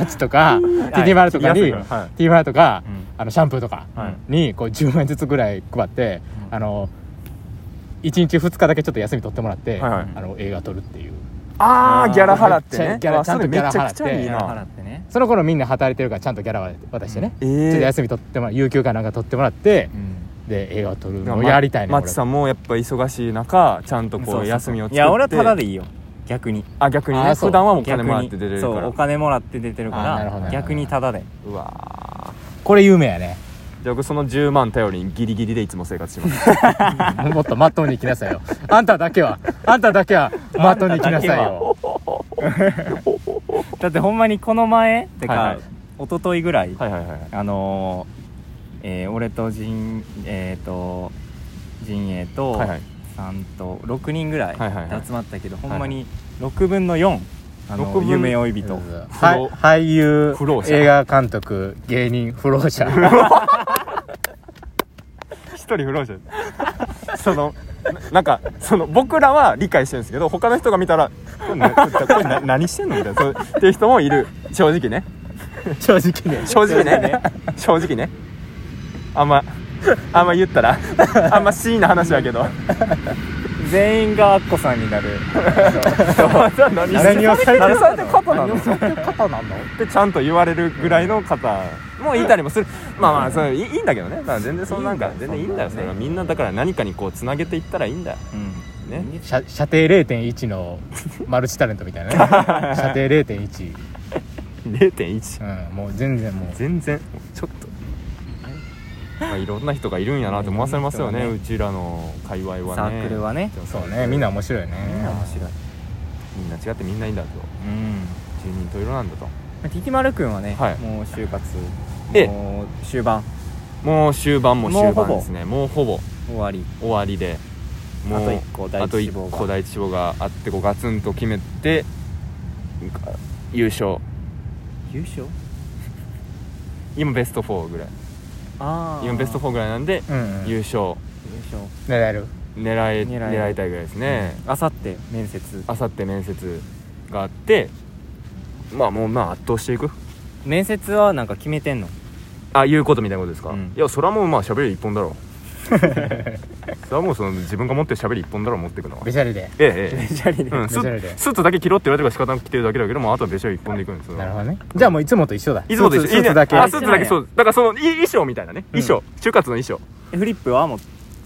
[SPEAKER 3] ッチとか TTR とかに、
[SPEAKER 1] 安いからはい
[SPEAKER 3] TTR とか、
[SPEAKER 1] うん
[SPEAKER 3] あのシャンプーとか
[SPEAKER 1] はい
[SPEAKER 3] にこう10万円ずつぐらい配って、あの1日2日だけちょっと休み取ってもらって、
[SPEAKER 1] はいはい
[SPEAKER 3] あの映画撮るっていう
[SPEAKER 1] あ
[SPEAKER 2] あ
[SPEAKER 1] あ
[SPEAKER 2] ー
[SPEAKER 1] ギャラ払って
[SPEAKER 3] め
[SPEAKER 1] ね
[SPEAKER 3] っちゃギャラ
[SPEAKER 1] わ
[SPEAKER 3] ちゃんとギャラ払って
[SPEAKER 1] それめちゃくちゃいい
[SPEAKER 2] ギャラ払
[SPEAKER 1] な
[SPEAKER 2] ってね
[SPEAKER 3] その頃みんな働いてるからちゃんとギャラは渡してね、
[SPEAKER 1] えー
[SPEAKER 3] ちょっと休み取ってもら有給かなんか取ってもらって、で映画を撮るのをやりたいね
[SPEAKER 1] マッチさ
[SPEAKER 3] ん
[SPEAKER 1] んもやっぱ忙しい中ちゃんと
[SPEAKER 2] そうそう
[SPEAKER 1] こ
[SPEAKER 2] そう
[SPEAKER 1] う休みを作って
[SPEAKER 2] いや俺はただでいいよ逆に
[SPEAKER 1] あ逆に
[SPEAKER 3] あ
[SPEAKER 1] ね
[SPEAKER 3] ーそう
[SPEAKER 1] 普段はもう金
[SPEAKER 2] 逆に
[SPEAKER 1] もらって出れるか
[SPEAKER 2] そうお
[SPEAKER 1] ら
[SPEAKER 2] 金もらって出てるか
[SPEAKER 3] あなるほどな
[SPEAKER 2] ら
[SPEAKER 3] るほど
[SPEAKER 2] 逆にただで
[SPEAKER 1] うわ
[SPEAKER 3] これ有名や
[SPEAKER 1] *laughs*
[SPEAKER 3] ね
[SPEAKER 1] ーじゃあ僕その10万頼りにギリギリでいつも生活します
[SPEAKER 3] もっとまっとうに生きなさいよあんただけはあんただけはまっとうに生きなさいよ
[SPEAKER 2] だってほんまにこの前てか、
[SPEAKER 1] はいはい
[SPEAKER 2] 一昨日ぐらい、
[SPEAKER 1] はいはいはい
[SPEAKER 2] あのーえー俺と陣えー、と陣営と、
[SPEAKER 1] はいはい
[SPEAKER 2] さんと6人ぐらい
[SPEAKER 1] はいはいはい
[SPEAKER 2] 集まったけど、
[SPEAKER 1] はい
[SPEAKER 2] ほんまに6分の4あ
[SPEAKER 1] 六
[SPEAKER 2] の
[SPEAKER 1] 分
[SPEAKER 2] 夢追い人
[SPEAKER 3] はい俳優
[SPEAKER 1] 不老者
[SPEAKER 3] 映画監督芸人不老者
[SPEAKER 1] *laughs* 一人不老者 *laughs* そのななんかその僕らは理解してるんですけど他の人が見たらこれなこれな何してんのみたいなそうっていう人もいる正直ね
[SPEAKER 3] 正直ね
[SPEAKER 1] 正直ね正直ねあんまあんま言ったらあんまシーンな話や
[SPEAKER 2] *laughs*
[SPEAKER 1] けど
[SPEAKER 2] 全員がアッコさんに
[SPEAKER 1] *laughs*
[SPEAKER 2] なる
[SPEAKER 3] 何をされてる
[SPEAKER 1] されてる方なの
[SPEAKER 3] 方なの
[SPEAKER 1] ってちゃんと言われるぐらいの方もいたりもするまあまあそれいいいいんだけどねだから全然そのなんか全然いいんだよそれはみんなだから何かにこうつなげていったらいいんだよ
[SPEAKER 2] うん
[SPEAKER 1] ね
[SPEAKER 3] 射射程0.1のマルチタレントみたいなね
[SPEAKER 1] *laughs*
[SPEAKER 3] 射程0.1
[SPEAKER 1] 0.1
[SPEAKER 3] うんもう全然もう
[SPEAKER 1] 全然ちょっと、まあ、いろんな人がいるんやなって思わされますよね
[SPEAKER 2] いろん
[SPEAKER 1] うちらの界隈はね
[SPEAKER 2] サークルはね
[SPEAKER 3] そうねみんな面白いね
[SPEAKER 2] 面白い
[SPEAKER 1] みんな違ってみんないいんだと
[SPEAKER 2] う
[SPEAKER 1] 十人十色なんだと
[SPEAKER 2] んティティマル君はね、
[SPEAKER 1] はい
[SPEAKER 2] もう就活
[SPEAKER 1] え
[SPEAKER 2] もう終盤
[SPEAKER 1] もう終盤も終
[SPEAKER 2] もうほ
[SPEAKER 1] 盤
[SPEAKER 2] ぼ
[SPEAKER 1] ですねもうほぼ
[SPEAKER 2] 終わり
[SPEAKER 1] 終わりでもう
[SPEAKER 2] あと一個第一
[SPEAKER 1] あと一
[SPEAKER 2] 志望が
[SPEAKER 1] 個第一志望があってこうガツンと決めてなんか優勝
[SPEAKER 2] 優勝
[SPEAKER 1] 今ベスト4ぐらい
[SPEAKER 2] ああ
[SPEAKER 1] 今ベスト4ぐらいなんで
[SPEAKER 3] うん、うん、
[SPEAKER 1] 優勝
[SPEAKER 2] 優勝
[SPEAKER 3] 狙える
[SPEAKER 1] 狙え
[SPEAKER 2] 狙え
[SPEAKER 1] 狙
[SPEAKER 2] る
[SPEAKER 1] いたいぐらいですね
[SPEAKER 2] あさって面接
[SPEAKER 1] あさって面接があってまあもうまあ圧倒していく
[SPEAKER 2] 面接はなんか決めてんの
[SPEAKER 1] あいうことみたいなことですか、
[SPEAKER 2] うん
[SPEAKER 1] いやそれはもうまあ喋り一本だ
[SPEAKER 2] *laughs*
[SPEAKER 1] ろうそれはもうその自分が持ってる喋り一本だろう持っていくのは
[SPEAKER 3] べしゃりで
[SPEAKER 1] えええ
[SPEAKER 2] シャリ
[SPEAKER 1] え、 *laughs* うん、ス
[SPEAKER 3] メジャーで
[SPEAKER 1] スーツだけ着ろって言われてるから仕方なく着てるだけだけどもうあとはべしゃり一本でいくんですよ
[SPEAKER 3] なるほどねじゃあもういつもと一緒だ
[SPEAKER 1] いつもと一緒
[SPEAKER 3] スーツスーツだけ
[SPEAKER 1] あスーツだけそうだからそのい衣装みたいなね、衣装就活の衣装
[SPEAKER 2] フリップ
[SPEAKER 1] *laughs*
[SPEAKER 2] はもう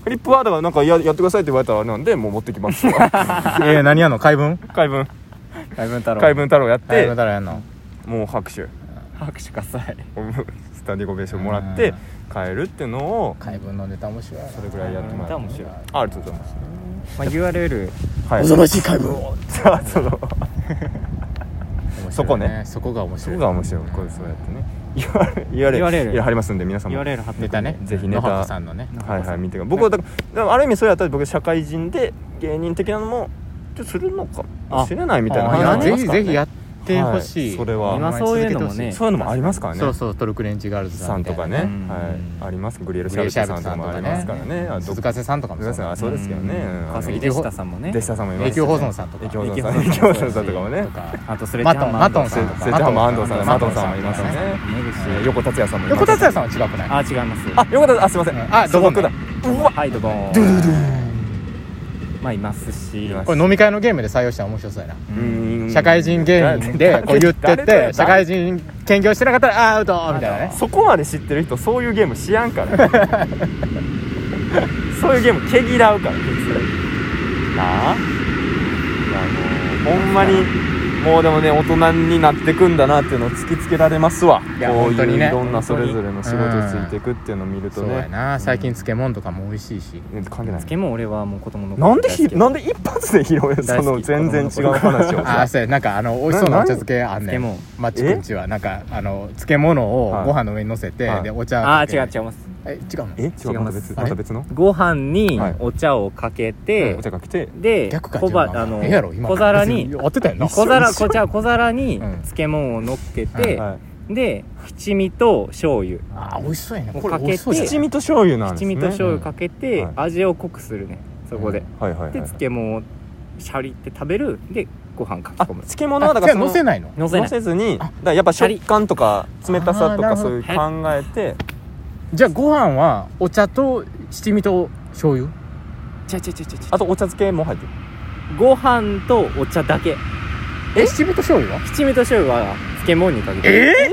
[SPEAKER 1] フリップワードがなんかややってくださいって言われたらあれなんでもう持ってきます *laughs*
[SPEAKER 3] えー、何やんの解文
[SPEAKER 1] 怪文
[SPEAKER 2] 海文太郎
[SPEAKER 1] 怪文太郎やっ
[SPEAKER 3] 解文
[SPEAKER 1] て
[SPEAKER 3] だらやんの
[SPEAKER 1] もう拍手
[SPEAKER 2] 拍手喝采
[SPEAKER 1] スタンディングオベーションもらって帰るっていうのを
[SPEAKER 3] 解文のネタ面白いな
[SPEAKER 1] それぐらいやってもらって
[SPEAKER 2] 面白い
[SPEAKER 1] あありがとうございます
[SPEAKER 2] まあ、URL
[SPEAKER 1] はい *laughs*
[SPEAKER 3] 恐ろしい解文
[SPEAKER 1] さあその
[SPEAKER 5] 白い、
[SPEAKER 1] そこね
[SPEAKER 3] そこが面
[SPEAKER 1] そ
[SPEAKER 3] 白い
[SPEAKER 1] こが面白いこれそうやってね URL
[SPEAKER 5] 言われる
[SPEAKER 1] URL 貼りますんで皆さんも
[SPEAKER 2] URL 貼って
[SPEAKER 3] ネタね
[SPEAKER 1] ぜひネタ
[SPEAKER 3] 野箱さんのね
[SPEAKER 1] はいはい見てください僕はだから、ある意味それやったら僕社会人で芸人的なのもちょっとするのかもしれないみたいな
[SPEAKER 3] あ
[SPEAKER 1] 話
[SPEAKER 3] ーい
[SPEAKER 1] あ
[SPEAKER 3] や
[SPEAKER 1] り
[SPEAKER 3] ぜ
[SPEAKER 1] ます
[SPEAKER 3] ひ
[SPEAKER 1] からね
[SPEAKER 3] ぜひやってほし
[SPEAKER 1] はいいそれは
[SPEAKER 2] 今そういうのもね
[SPEAKER 1] そういうのもありますからね
[SPEAKER 3] そうそうトルクレンチガールズ
[SPEAKER 1] さんとかね、
[SPEAKER 3] みたいな
[SPEAKER 1] はい、ありますグリエルシ
[SPEAKER 3] グ
[SPEAKER 1] ャル
[SPEAKER 3] レイ
[SPEAKER 1] プ
[SPEAKER 3] シ
[SPEAKER 1] さ
[SPEAKER 3] ャ
[SPEAKER 1] んと
[SPEAKER 3] ルプさ
[SPEAKER 1] か
[SPEAKER 3] んと
[SPEAKER 1] もあ
[SPEAKER 3] か
[SPEAKER 1] り
[SPEAKER 3] ね
[SPEAKER 1] ますからねあ
[SPEAKER 3] 鈴鹿瀬さんとかも
[SPEAKER 1] 鈴鹿瀬さんあ
[SPEAKER 3] う
[SPEAKER 1] そうですけどね
[SPEAKER 2] うん
[SPEAKER 1] うん
[SPEAKER 2] 川崎でしたさんもね
[SPEAKER 1] デシタさんもいます
[SPEAKER 3] 永
[SPEAKER 1] し
[SPEAKER 3] 久保存さんとか
[SPEAKER 1] 永久保存さん
[SPEAKER 2] 永
[SPEAKER 1] 永
[SPEAKER 2] 久
[SPEAKER 1] 久保
[SPEAKER 2] 保存さん
[SPEAKER 1] 存さんとかもね
[SPEAKER 3] とか
[SPEAKER 2] あとスレッジャーマンドさんと
[SPEAKER 3] マ
[SPEAKER 2] か
[SPEAKER 1] セッチャーマン安藤さん
[SPEAKER 3] マ
[SPEAKER 1] マ
[SPEAKER 3] ト
[SPEAKER 1] ト
[SPEAKER 3] ン
[SPEAKER 1] ン
[SPEAKER 3] さ
[SPEAKER 1] さ
[SPEAKER 3] ん
[SPEAKER 1] んもいますね
[SPEAKER 2] もいるし
[SPEAKER 1] えー横達也さんもいます
[SPEAKER 3] 横田さんは違くない
[SPEAKER 2] あ違います
[SPEAKER 1] あ横田あすいません
[SPEAKER 3] あドボンか
[SPEAKER 2] はいドボンまあいますし
[SPEAKER 1] います
[SPEAKER 3] これ飲み会のゲームで採用したら面白そうやな
[SPEAKER 1] うん
[SPEAKER 3] 社会人芸人
[SPEAKER 1] *laughs*
[SPEAKER 3] でこう言ってっ
[SPEAKER 1] 誰だ
[SPEAKER 3] て
[SPEAKER 1] よ
[SPEAKER 3] 社会人兼業してなかったらあーアウトみたいなね
[SPEAKER 1] そこまで知ってる人そういうゲームしやんからそういうゲーム毛嫌うから普通なあいやもうほんまにもうでもね大人になってくんだなっていうのを突きつけられますわ
[SPEAKER 3] いや
[SPEAKER 1] こう
[SPEAKER 3] 本当に
[SPEAKER 1] いう
[SPEAKER 3] ね
[SPEAKER 1] いろんなそれぞれの仕事についていくっていうのを見ると
[SPEAKER 3] そうや
[SPEAKER 1] ね
[SPEAKER 3] な最近漬物とかも美味しいし
[SPEAKER 1] ね関係ない
[SPEAKER 2] つけも俺はもう子供の頃
[SPEAKER 1] なんでひ
[SPEAKER 2] 大好き
[SPEAKER 1] なんで一発で拾えるそ
[SPEAKER 2] 大好
[SPEAKER 1] の
[SPEAKER 2] き
[SPEAKER 1] 全然違う話を
[SPEAKER 3] あー
[SPEAKER 1] さ
[SPEAKER 3] そうやなんかあの美味しそうなお茶漬けあんね
[SPEAKER 2] なん
[SPEAKER 3] ん
[SPEAKER 2] 漬
[SPEAKER 3] マッチくんちはなんかあの漬物を
[SPEAKER 1] はい
[SPEAKER 3] ご飯の上に乗せて
[SPEAKER 1] はい
[SPEAKER 3] でお茶
[SPEAKER 2] あー
[SPEAKER 3] かけ
[SPEAKER 2] 違う違います
[SPEAKER 3] え違うの
[SPEAKER 1] え違
[SPEAKER 2] 違い
[SPEAKER 1] ま
[SPEAKER 2] うま
[SPEAKER 1] た別
[SPEAKER 2] す
[SPEAKER 1] また別の
[SPEAKER 2] ご飯に
[SPEAKER 1] はい
[SPEAKER 2] お茶をかけて、
[SPEAKER 1] お茶が来て
[SPEAKER 2] で
[SPEAKER 3] 逆か
[SPEAKER 2] 小ばあの
[SPEAKER 3] ええやろ今
[SPEAKER 2] 小皿に
[SPEAKER 3] 合ってたよな
[SPEAKER 2] 小皿こちら小皿に
[SPEAKER 3] うん
[SPEAKER 2] 漬物を乗っけて、
[SPEAKER 1] はい
[SPEAKER 2] で七味と醤油
[SPEAKER 3] あー美味しそうやね
[SPEAKER 2] もう
[SPEAKER 3] これ美味しそうじゃん
[SPEAKER 1] 七味と醤油なんです
[SPEAKER 2] 七
[SPEAKER 1] ね
[SPEAKER 2] 味と醤油かけて、
[SPEAKER 1] うんはい
[SPEAKER 2] 味を濃くするねそこで、
[SPEAKER 1] はいはいはい
[SPEAKER 2] で漬物をシャリって食べるでご飯かき
[SPEAKER 1] あ
[SPEAKER 2] 込む
[SPEAKER 1] 漬物は
[SPEAKER 3] あ
[SPEAKER 1] だ
[SPEAKER 3] じ
[SPEAKER 1] か
[SPEAKER 3] ゃ
[SPEAKER 1] らそ
[SPEAKER 3] あ
[SPEAKER 1] の
[SPEAKER 3] 乗せないの
[SPEAKER 2] のせな
[SPEAKER 1] 乗
[SPEAKER 2] い
[SPEAKER 1] せずにだからやっぱ食感とか冷たさと
[SPEAKER 3] あーな
[SPEAKER 1] か
[SPEAKER 3] るほど
[SPEAKER 1] そういう考えて
[SPEAKER 3] じゃあご飯はお茶と七味と醤油
[SPEAKER 2] ちゃちゃちゃちゃちゃ
[SPEAKER 1] あとお茶漬けも入ってる
[SPEAKER 2] ご飯とお茶だけ
[SPEAKER 3] え七味と醤油は
[SPEAKER 2] 七味と醤油は漬物にかけて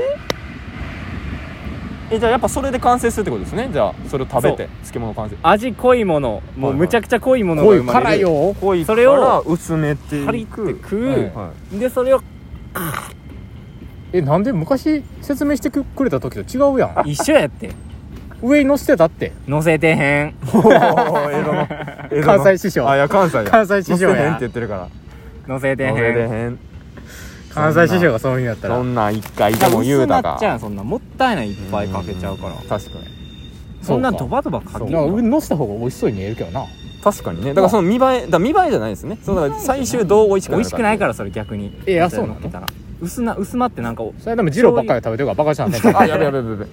[SPEAKER 1] えじゃあやっぱそれで完成するってことですねじゃあそれを食べ
[SPEAKER 2] そ
[SPEAKER 1] て漬物完成
[SPEAKER 2] 味濃いものもうむちゃくちゃ濃いものが
[SPEAKER 3] 濃い
[SPEAKER 2] 生まれる
[SPEAKER 3] 辛いよ
[SPEAKER 1] 濃い
[SPEAKER 2] そ
[SPEAKER 1] か
[SPEAKER 2] れ
[SPEAKER 1] ら
[SPEAKER 2] を
[SPEAKER 1] 薄めて
[SPEAKER 2] パリ
[SPEAKER 1] い
[SPEAKER 2] って
[SPEAKER 1] く
[SPEAKER 2] 食う、
[SPEAKER 3] うん
[SPEAKER 1] は
[SPEAKER 2] でそれを
[SPEAKER 3] えなんで昔説明してくれた時と違うやん
[SPEAKER 2] 一緒やって
[SPEAKER 3] 上に乗せてたって
[SPEAKER 2] 乗せてへん
[SPEAKER 1] いおー江戸の江戸の
[SPEAKER 3] 関西師匠
[SPEAKER 1] あいや関西や
[SPEAKER 3] 関西師匠
[SPEAKER 1] 乗せへんっ
[SPEAKER 3] や
[SPEAKER 1] て言ってるから
[SPEAKER 2] 乗せてへ
[SPEAKER 1] 乗せて
[SPEAKER 2] ん
[SPEAKER 1] へん
[SPEAKER 3] 関西師匠がそういうふうになっ
[SPEAKER 1] そ
[SPEAKER 3] たら
[SPEAKER 1] んなん一回でも言うだ
[SPEAKER 2] 薄な
[SPEAKER 1] が
[SPEAKER 2] っちゃうそんなもったいないいっぱいかけちゃうから
[SPEAKER 1] 確かに
[SPEAKER 2] そんな
[SPEAKER 3] そうか
[SPEAKER 2] ドバドバかけ
[SPEAKER 3] なん
[SPEAKER 2] る
[SPEAKER 3] か上に乗せた方が美味しそうに見えるけどな
[SPEAKER 1] 確かにねだからその見栄えだから見栄えじゃないですねそうだから最終どう美味しく
[SPEAKER 2] 美
[SPEAKER 1] なる
[SPEAKER 2] 味しくないかららそれ逆に
[SPEAKER 3] えあそうなの
[SPEAKER 2] 乗っけたら薄な薄まってなんかお
[SPEAKER 3] それでも二郎ばっかり食べてるからバカじゃんねん
[SPEAKER 1] あやべやべや
[SPEAKER 3] *laughs*
[SPEAKER 1] べやべ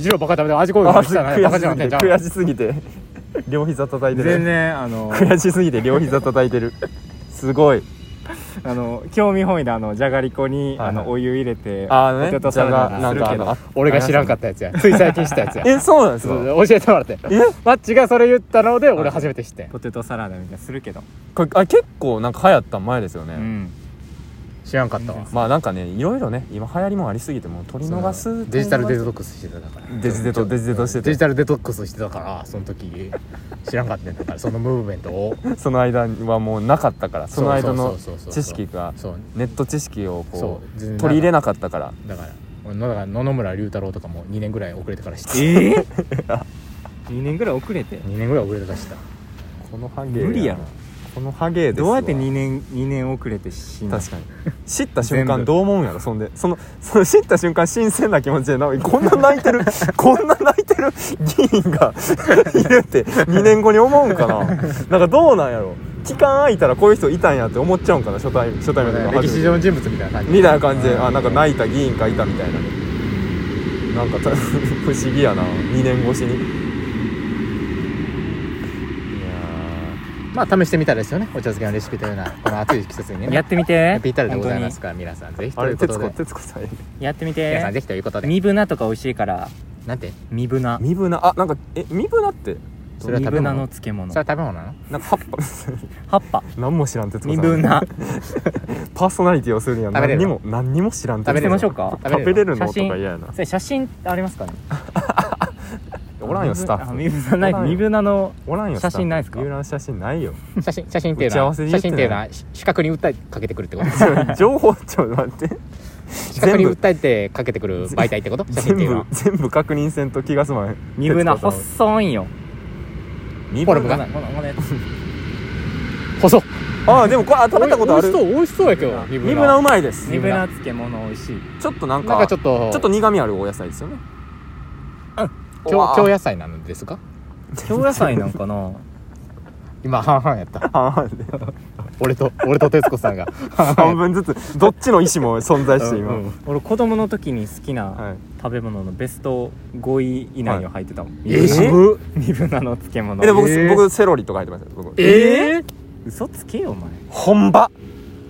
[SPEAKER 3] 二郎ばっかり食べてるから味濃いの
[SPEAKER 1] あ
[SPEAKER 3] にしたらねバカじゃんねんちゃ
[SPEAKER 1] 悔しすぎ
[SPEAKER 3] *laughs*
[SPEAKER 1] て悔しすぎて両膝叩いてる
[SPEAKER 2] 全然あの
[SPEAKER 1] 悔しすぎて両膝叩いてるすごい
[SPEAKER 2] あの興味本位であのじゃがりこ
[SPEAKER 1] は
[SPEAKER 2] に、
[SPEAKER 1] いはい
[SPEAKER 2] あのお湯入れて
[SPEAKER 1] あーね
[SPEAKER 2] ポテトサラダにするけ
[SPEAKER 1] じゃがなんかあ
[SPEAKER 2] ど
[SPEAKER 1] の
[SPEAKER 3] 俺が知らんかったやつやつい最近知ったやつや
[SPEAKER 1] えそうなんです
[SPEAKER 3] そう
[SPEAKER 1] か
[SPEAKER 3] そう教えてもらって
[SPEAKER 1] え
[SPEAKER 3] マッチがそれ言ったので俺
[SPEAKER 2] はい
[SPEAKER 3] 初めて知ってん
[SPEAKER 2] ポテトサラダみたいなのするけど、
[SPEAKER 1] これあ結構なんか流行った前ですよね、
[SPEAKER 2] うん、
[SPEAKER 3] 知らんかったわ
[SPEAKER 1] まあなんかねいろいろね今流行りもありすぎてもう取り逃す
[SPEAKER 3] デジタルデ
[SPEAKER 1] ト
[SPEAKER 3] トックスしてただから
[SPEAKER 1] デジデトデジデトしてて
[SPEAKER 3] デジタルデトックスしてたからその時知らんかったんだからそのムーブメントを
[SPEAKER 1] その間はもうなかった *laughs* からその間の
[SPEAKER 3] そうそうそうそう
[SPEAKER 1] 知識が
[SPEAKER 3] そう
[SPEAKER 1] ネット知識をこ
[SPEAKER 3] そうう全然
[SPEAKER 1] 取り入れなかったから
[SPEAKER 3] だから俺のだから野々村龍太郎とかも2年ぐらい遅れてから知って
[SPEAKER 2] ええ2年ぐらい遅れて
[SPEAKER 3] 2年ぐらい遅れてから知った
[SPEAKER 1] このハゲやな
[SPEAKER 2] 無理やろ
[SPEAKER 1] このハゲですわ
[SPEAKER 2] どうやって2年2年遅れて死ぬ
[SPEAKER 1] 確かに知った瞬
[SPEAKER 3] 全
[SPEAKER 1] 間
[SPEAKER 3] 部
[SPEAKER 1] どう思うんやろそんでそのその知った瞬間新鮮な気持ちで *laughs* なこんな泣いてるこんな泣いてる議員が *laughs* いるって2年後に思うんかななんかどうなんやろ期間空いたらこういう人いたんやって思っちゃうんかな初対初対面とか初め
[SPEAKER 3] 歴史
[SPEAKER 1] て
[SPEAKER 3] 上の人物みたいな感じ
[SPEAKER 1] みたいな感じであなんか
[SPEAKER 3] い
[SPEAKER 1] 泣いた議員がいたみたいななんかた *laughs* 不思議やな2年越しにいや
[SPEAKER 3] まあ試してみたらですよねお茶漬けのレシピというようなこの暑い季節にね
[SPEAKER 2] やってみて
[SPEAKER 3] ぴったりでございますから皆さんぜひ
[SPEAKER 1] ーあ
[SPEAKER 3] とい
[SPEAKER 1] れ
[SPEAKER 3] うこ
[SPEAKER 1] 徹子
[SPEAKER 3] とで
[SPEAKER 1] 徹子さん
[SPEAKER 2] 本当にやってみ
[SPEAKER 3] 皆さん
[SPEAKER 2] て
[SPEAKER 3] ぜひということで
[SPEAKER 2] 身分なとか美味しいから
[SPEAKER 3] なんて
[SPEAKER 2] 身分な
[SPEAKER 1] 身分なあなんかえ身分なって
[SPEAKER 3] それは
[SPEAKER 2] 身
[SPEAKER 3] 食べ
[SPEAKER 2] 分な
[SPEAKER 3] 物
[SPEAKER 2] の漬物
[SPEAKER 3] それは食べ物なの
[SPEAKER 1] なんか葉っぱ *laughs*
[SPEAKER 2] 葉っぱ
[SPEAKER 1] 何も知らん徹子さん
[SPEAKER 2] 身分な
[SPEAKER 1] パーソナリティをするには
[SPEAKER 3] 食べれ
[SPEAKER 1] 何
[SPEAKER 3] る
[SPEAKER 1] にも何にも知らん徹子さん
[SPEAKER 3] 食べれ
[SPEAKER 2] ましょうか
[SPEAKER 1] 食べれるの
[SPEAKER 2] 写
[SPEAKER 1] とか
[SPEAKER 2] 真
[SPEAKER 1] 嫌やな
[SPEAKER 2] それ写真ありますかね
[SPEAKER 1] おらんよスタッ
[SPEAKER 2] あ
[SPEAKER 1] フ
[SPEAKER 2] 身分なない
[SPEAKER 1] おらんよ
[SPEAKER 2] 身分なの
[SPEAKER 1] おらんよスタッフ
[SPEAKER 2] 写真ないっすか
[SPEAKER 1] 遊覧写真ないよ *laughs*
[SPEAKER 3] 写真写真っていうの
[SPEAKER 1] 打ち
[SPEAKER 3] は
[SPEAKER 1] 合わせで言
[SPEAKER 3] 写
[SPEAKER 1] って
[SPEAKER 3] 真
[SPEAKER 1] ない
[SPEAKER 3] っていうのはし視覚に訴えかけてくるってこと
[SPEAKER 1] 情報ちょっと待って
[SPEAKER 3] 視覚に
[SPEAKER 1] 全部
[SPEAKER 3] 訴えてかけてくる媒体ってこと写真
[SPEAKER 1] 全
[SPEAKER 3] っていうの
[SPEAKER 1] 部
[SPEAKER 3] は
[SPEAKER 1] 全部確認せんと気が済まへん
[SPEAKER 2] 身分な
[SPEAKER 1] 徹子さん
[SPEAKER 2] 細いんよ
[SPEAKER 1] 身
[SPEAKER 3] フォル
[SPEAKER 1] 分
[SPEAKER 3] ム
[SPEAKER 1] な
[SPEAKER 2] ご
[SPEAKER 3] が
[SPEAKER 2] めんごめんごめん
[SPEAKER 3] 細っ
[SPEAKER 1] ああでもこれあ食べたことあ
[SPEAKER 3] 美
[SPEAKER 1] る
[SPEAKER 3] 味しそう美味しそうやけど
[SPEAKER 1] ニブナうまいです
[SPEAKER 2] ニブナ漬物美味しい
[SPEAKER 1] ちょっとなん
[SPEAKER 3] な
[SPEAKER 1] か
[SPEAKER 3] んかちょ
[SPEAKER 1] ち
[SPEAKER 3] っと
[SPEAKER 1] ょっと苦味あるお野菜ですよねう
[SPEAKER 3] 京
[SPEAKER 1] わ
[SPEAKER 3] 京野菜なのですか
[SPEAKER 2] 京野菜なんかな
[SPEAKER 3] 今半々やった
[SPEAKER 1] 半々で
[SPEAKER 3] 俺と俺と徹子さんが
[SPEAKER 1] 半
[SPEAKER 3] *laughs*
[SPEAKER 1] 分ずつどっちの意思も存在して今、
[SPEAKER 3] うんうん
[SPEAKER 2] 俺子供の時に好き
[SPEAKER 1] は
[SPEAKER 2] ない食べ物のベスト5位以内には入ってたもん、
[SPEAKER 1] え
[SPEAKER 3] 渋っ
[SPEAKER 2] ニブナの漬物
[SPEAKER 1] えで僕、
[SPEAKER 3] えー
[SPEAKER 1] 僕セロリとか入ってますよ僕
[SPEAKER 3] えー
[SPEAKER 2] 嘘つけよお前
[SPEAKER 1] 本場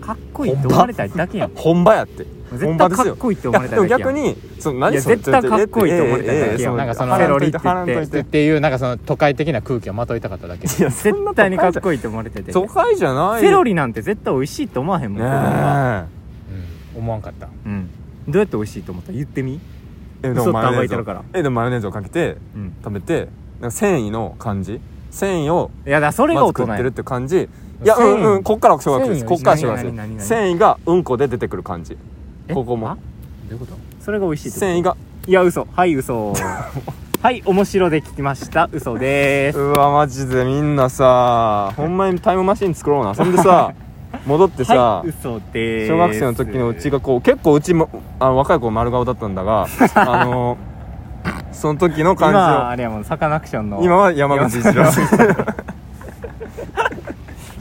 [SPEAKER 2] かっこいいって思われたいだけやん
[SPEAKER 1] 本場やって
[SPEAKER 2] 絶
[SPEAKER 1] 本場
[SPEAKER 2] 対
[SPEAKER 1] で
[SPEAKER 2] か
[SPEAKER 1] す
[SPEAKER 2] っ
[SPEAKER 1] よ
[SPEAKER 2] こいいって
[SPEAKER 1] い
[SPEAKER 2] 思わ
[SPEAKER 1] や
[SPEAKER 2] れ
[SPEAKER 1] で
[SPEAKER 2] たいだ
[SPEAKER 1] も
[SPEAKER 2] けやん
[SPEAKER 1] 逆にその何
[SPEAKER 2] いや
[SPEAKER 1] それ
[SPEAKER 2] 絶対かっこいいと思ってただけやん
[SPEAKER 1] ええええええ
[SPEAKER 3] なんかその
[SPEAKER 1] 腹んといて
[SPEAKER 2] セロリって言って
[SPEAKER 1] 腹んとい
[SPEAKER 3] ってっていうなんかその都会的な空気をまといたかっただけ
[SPEAKER 1] いやそんな
[SPEAKER 2] 絶対にかっこいいって思われてて
[SPEAKER 1] 都会じゃない
[SPEAKER 2] セロリなんて絶対美味しいと思わへんもん、
[SPEAKER 1] ね
[SPEAKER 2] 子供は
[SPEAKER 3] うん思わんかった
[SPEAKER 2] うん、どうやって美味しいと思った言ってみ
[SPEAKER 1] ええで
[SPEAKER 2] 嘘
[SPEAKER 1] も
[SPEAKER 2] って
[SPEAKER 1] マヨ
[SPEAKER 2] 暴
[SPEAKER 1] ネー
[SPEAKER 2] いて
[SPEAKER 1] ズ
[SPEAKER 2] るか
[SPEAKER 1] を
[SPEAKER 2] ら
[SPEAKER 1] えでもマヨネーズをかけて
[SPEAKER 2] うん
[SPEAKER 1] 食べてなんか繊維の感じ繊維を
[SPEAKER 2] いやだからそれが
[SPEAKER 1] まず
[SPEAKER 2] 大人
[SPEAKER 1] 食ってる
[SPEAKER 2] や
[SPEAKER 1] って感じいやう
[SPEAKER 2] 繊維
[SPEAKER 1] んうんこっからは小学生です
[SPEAKER 3] 繊維
[SPEAKER 1] こっからは小学生
[SPEAKER 2] 何々何々
[SPEAKER 1] 繊維がうんこで出てくる感じ
[SPEAKER 2] え
[SPEAKER 1] ここも
[SPEAKER 2] あ
[SPEAKER 3] どういうこと
[SPEAKER 2] それが美味しいってこと
[SPEAKER 1] 繊維が
[SPEAKER 2] いや嘘はい
[SPEAKER 1] *laughs*
[SPEAKER 2] 嘘はい面白で聞きました嘘でーす
[SPEAKER 1] うわマジでみんなさほんまにタイムマシン作ろうなそんで
[SPEAKER 2] *laughs*
[SPEAKER 1] さ戻ってさ
[SPEAKER 2] はい嘘でーす
[SPEAKER 1] 小学生の時のうちがこう結構うちもあの若い子丸顔だったんだ *laughs* があのその時の
[SPEAKER 2] 今
[SPEAKER 1] 感
[SPEAKER 2] あれやもんサカナクション
[SPEAKER 1] じ
[SPEAKER 2] の
[SPEAKER 1] を今は山口一郎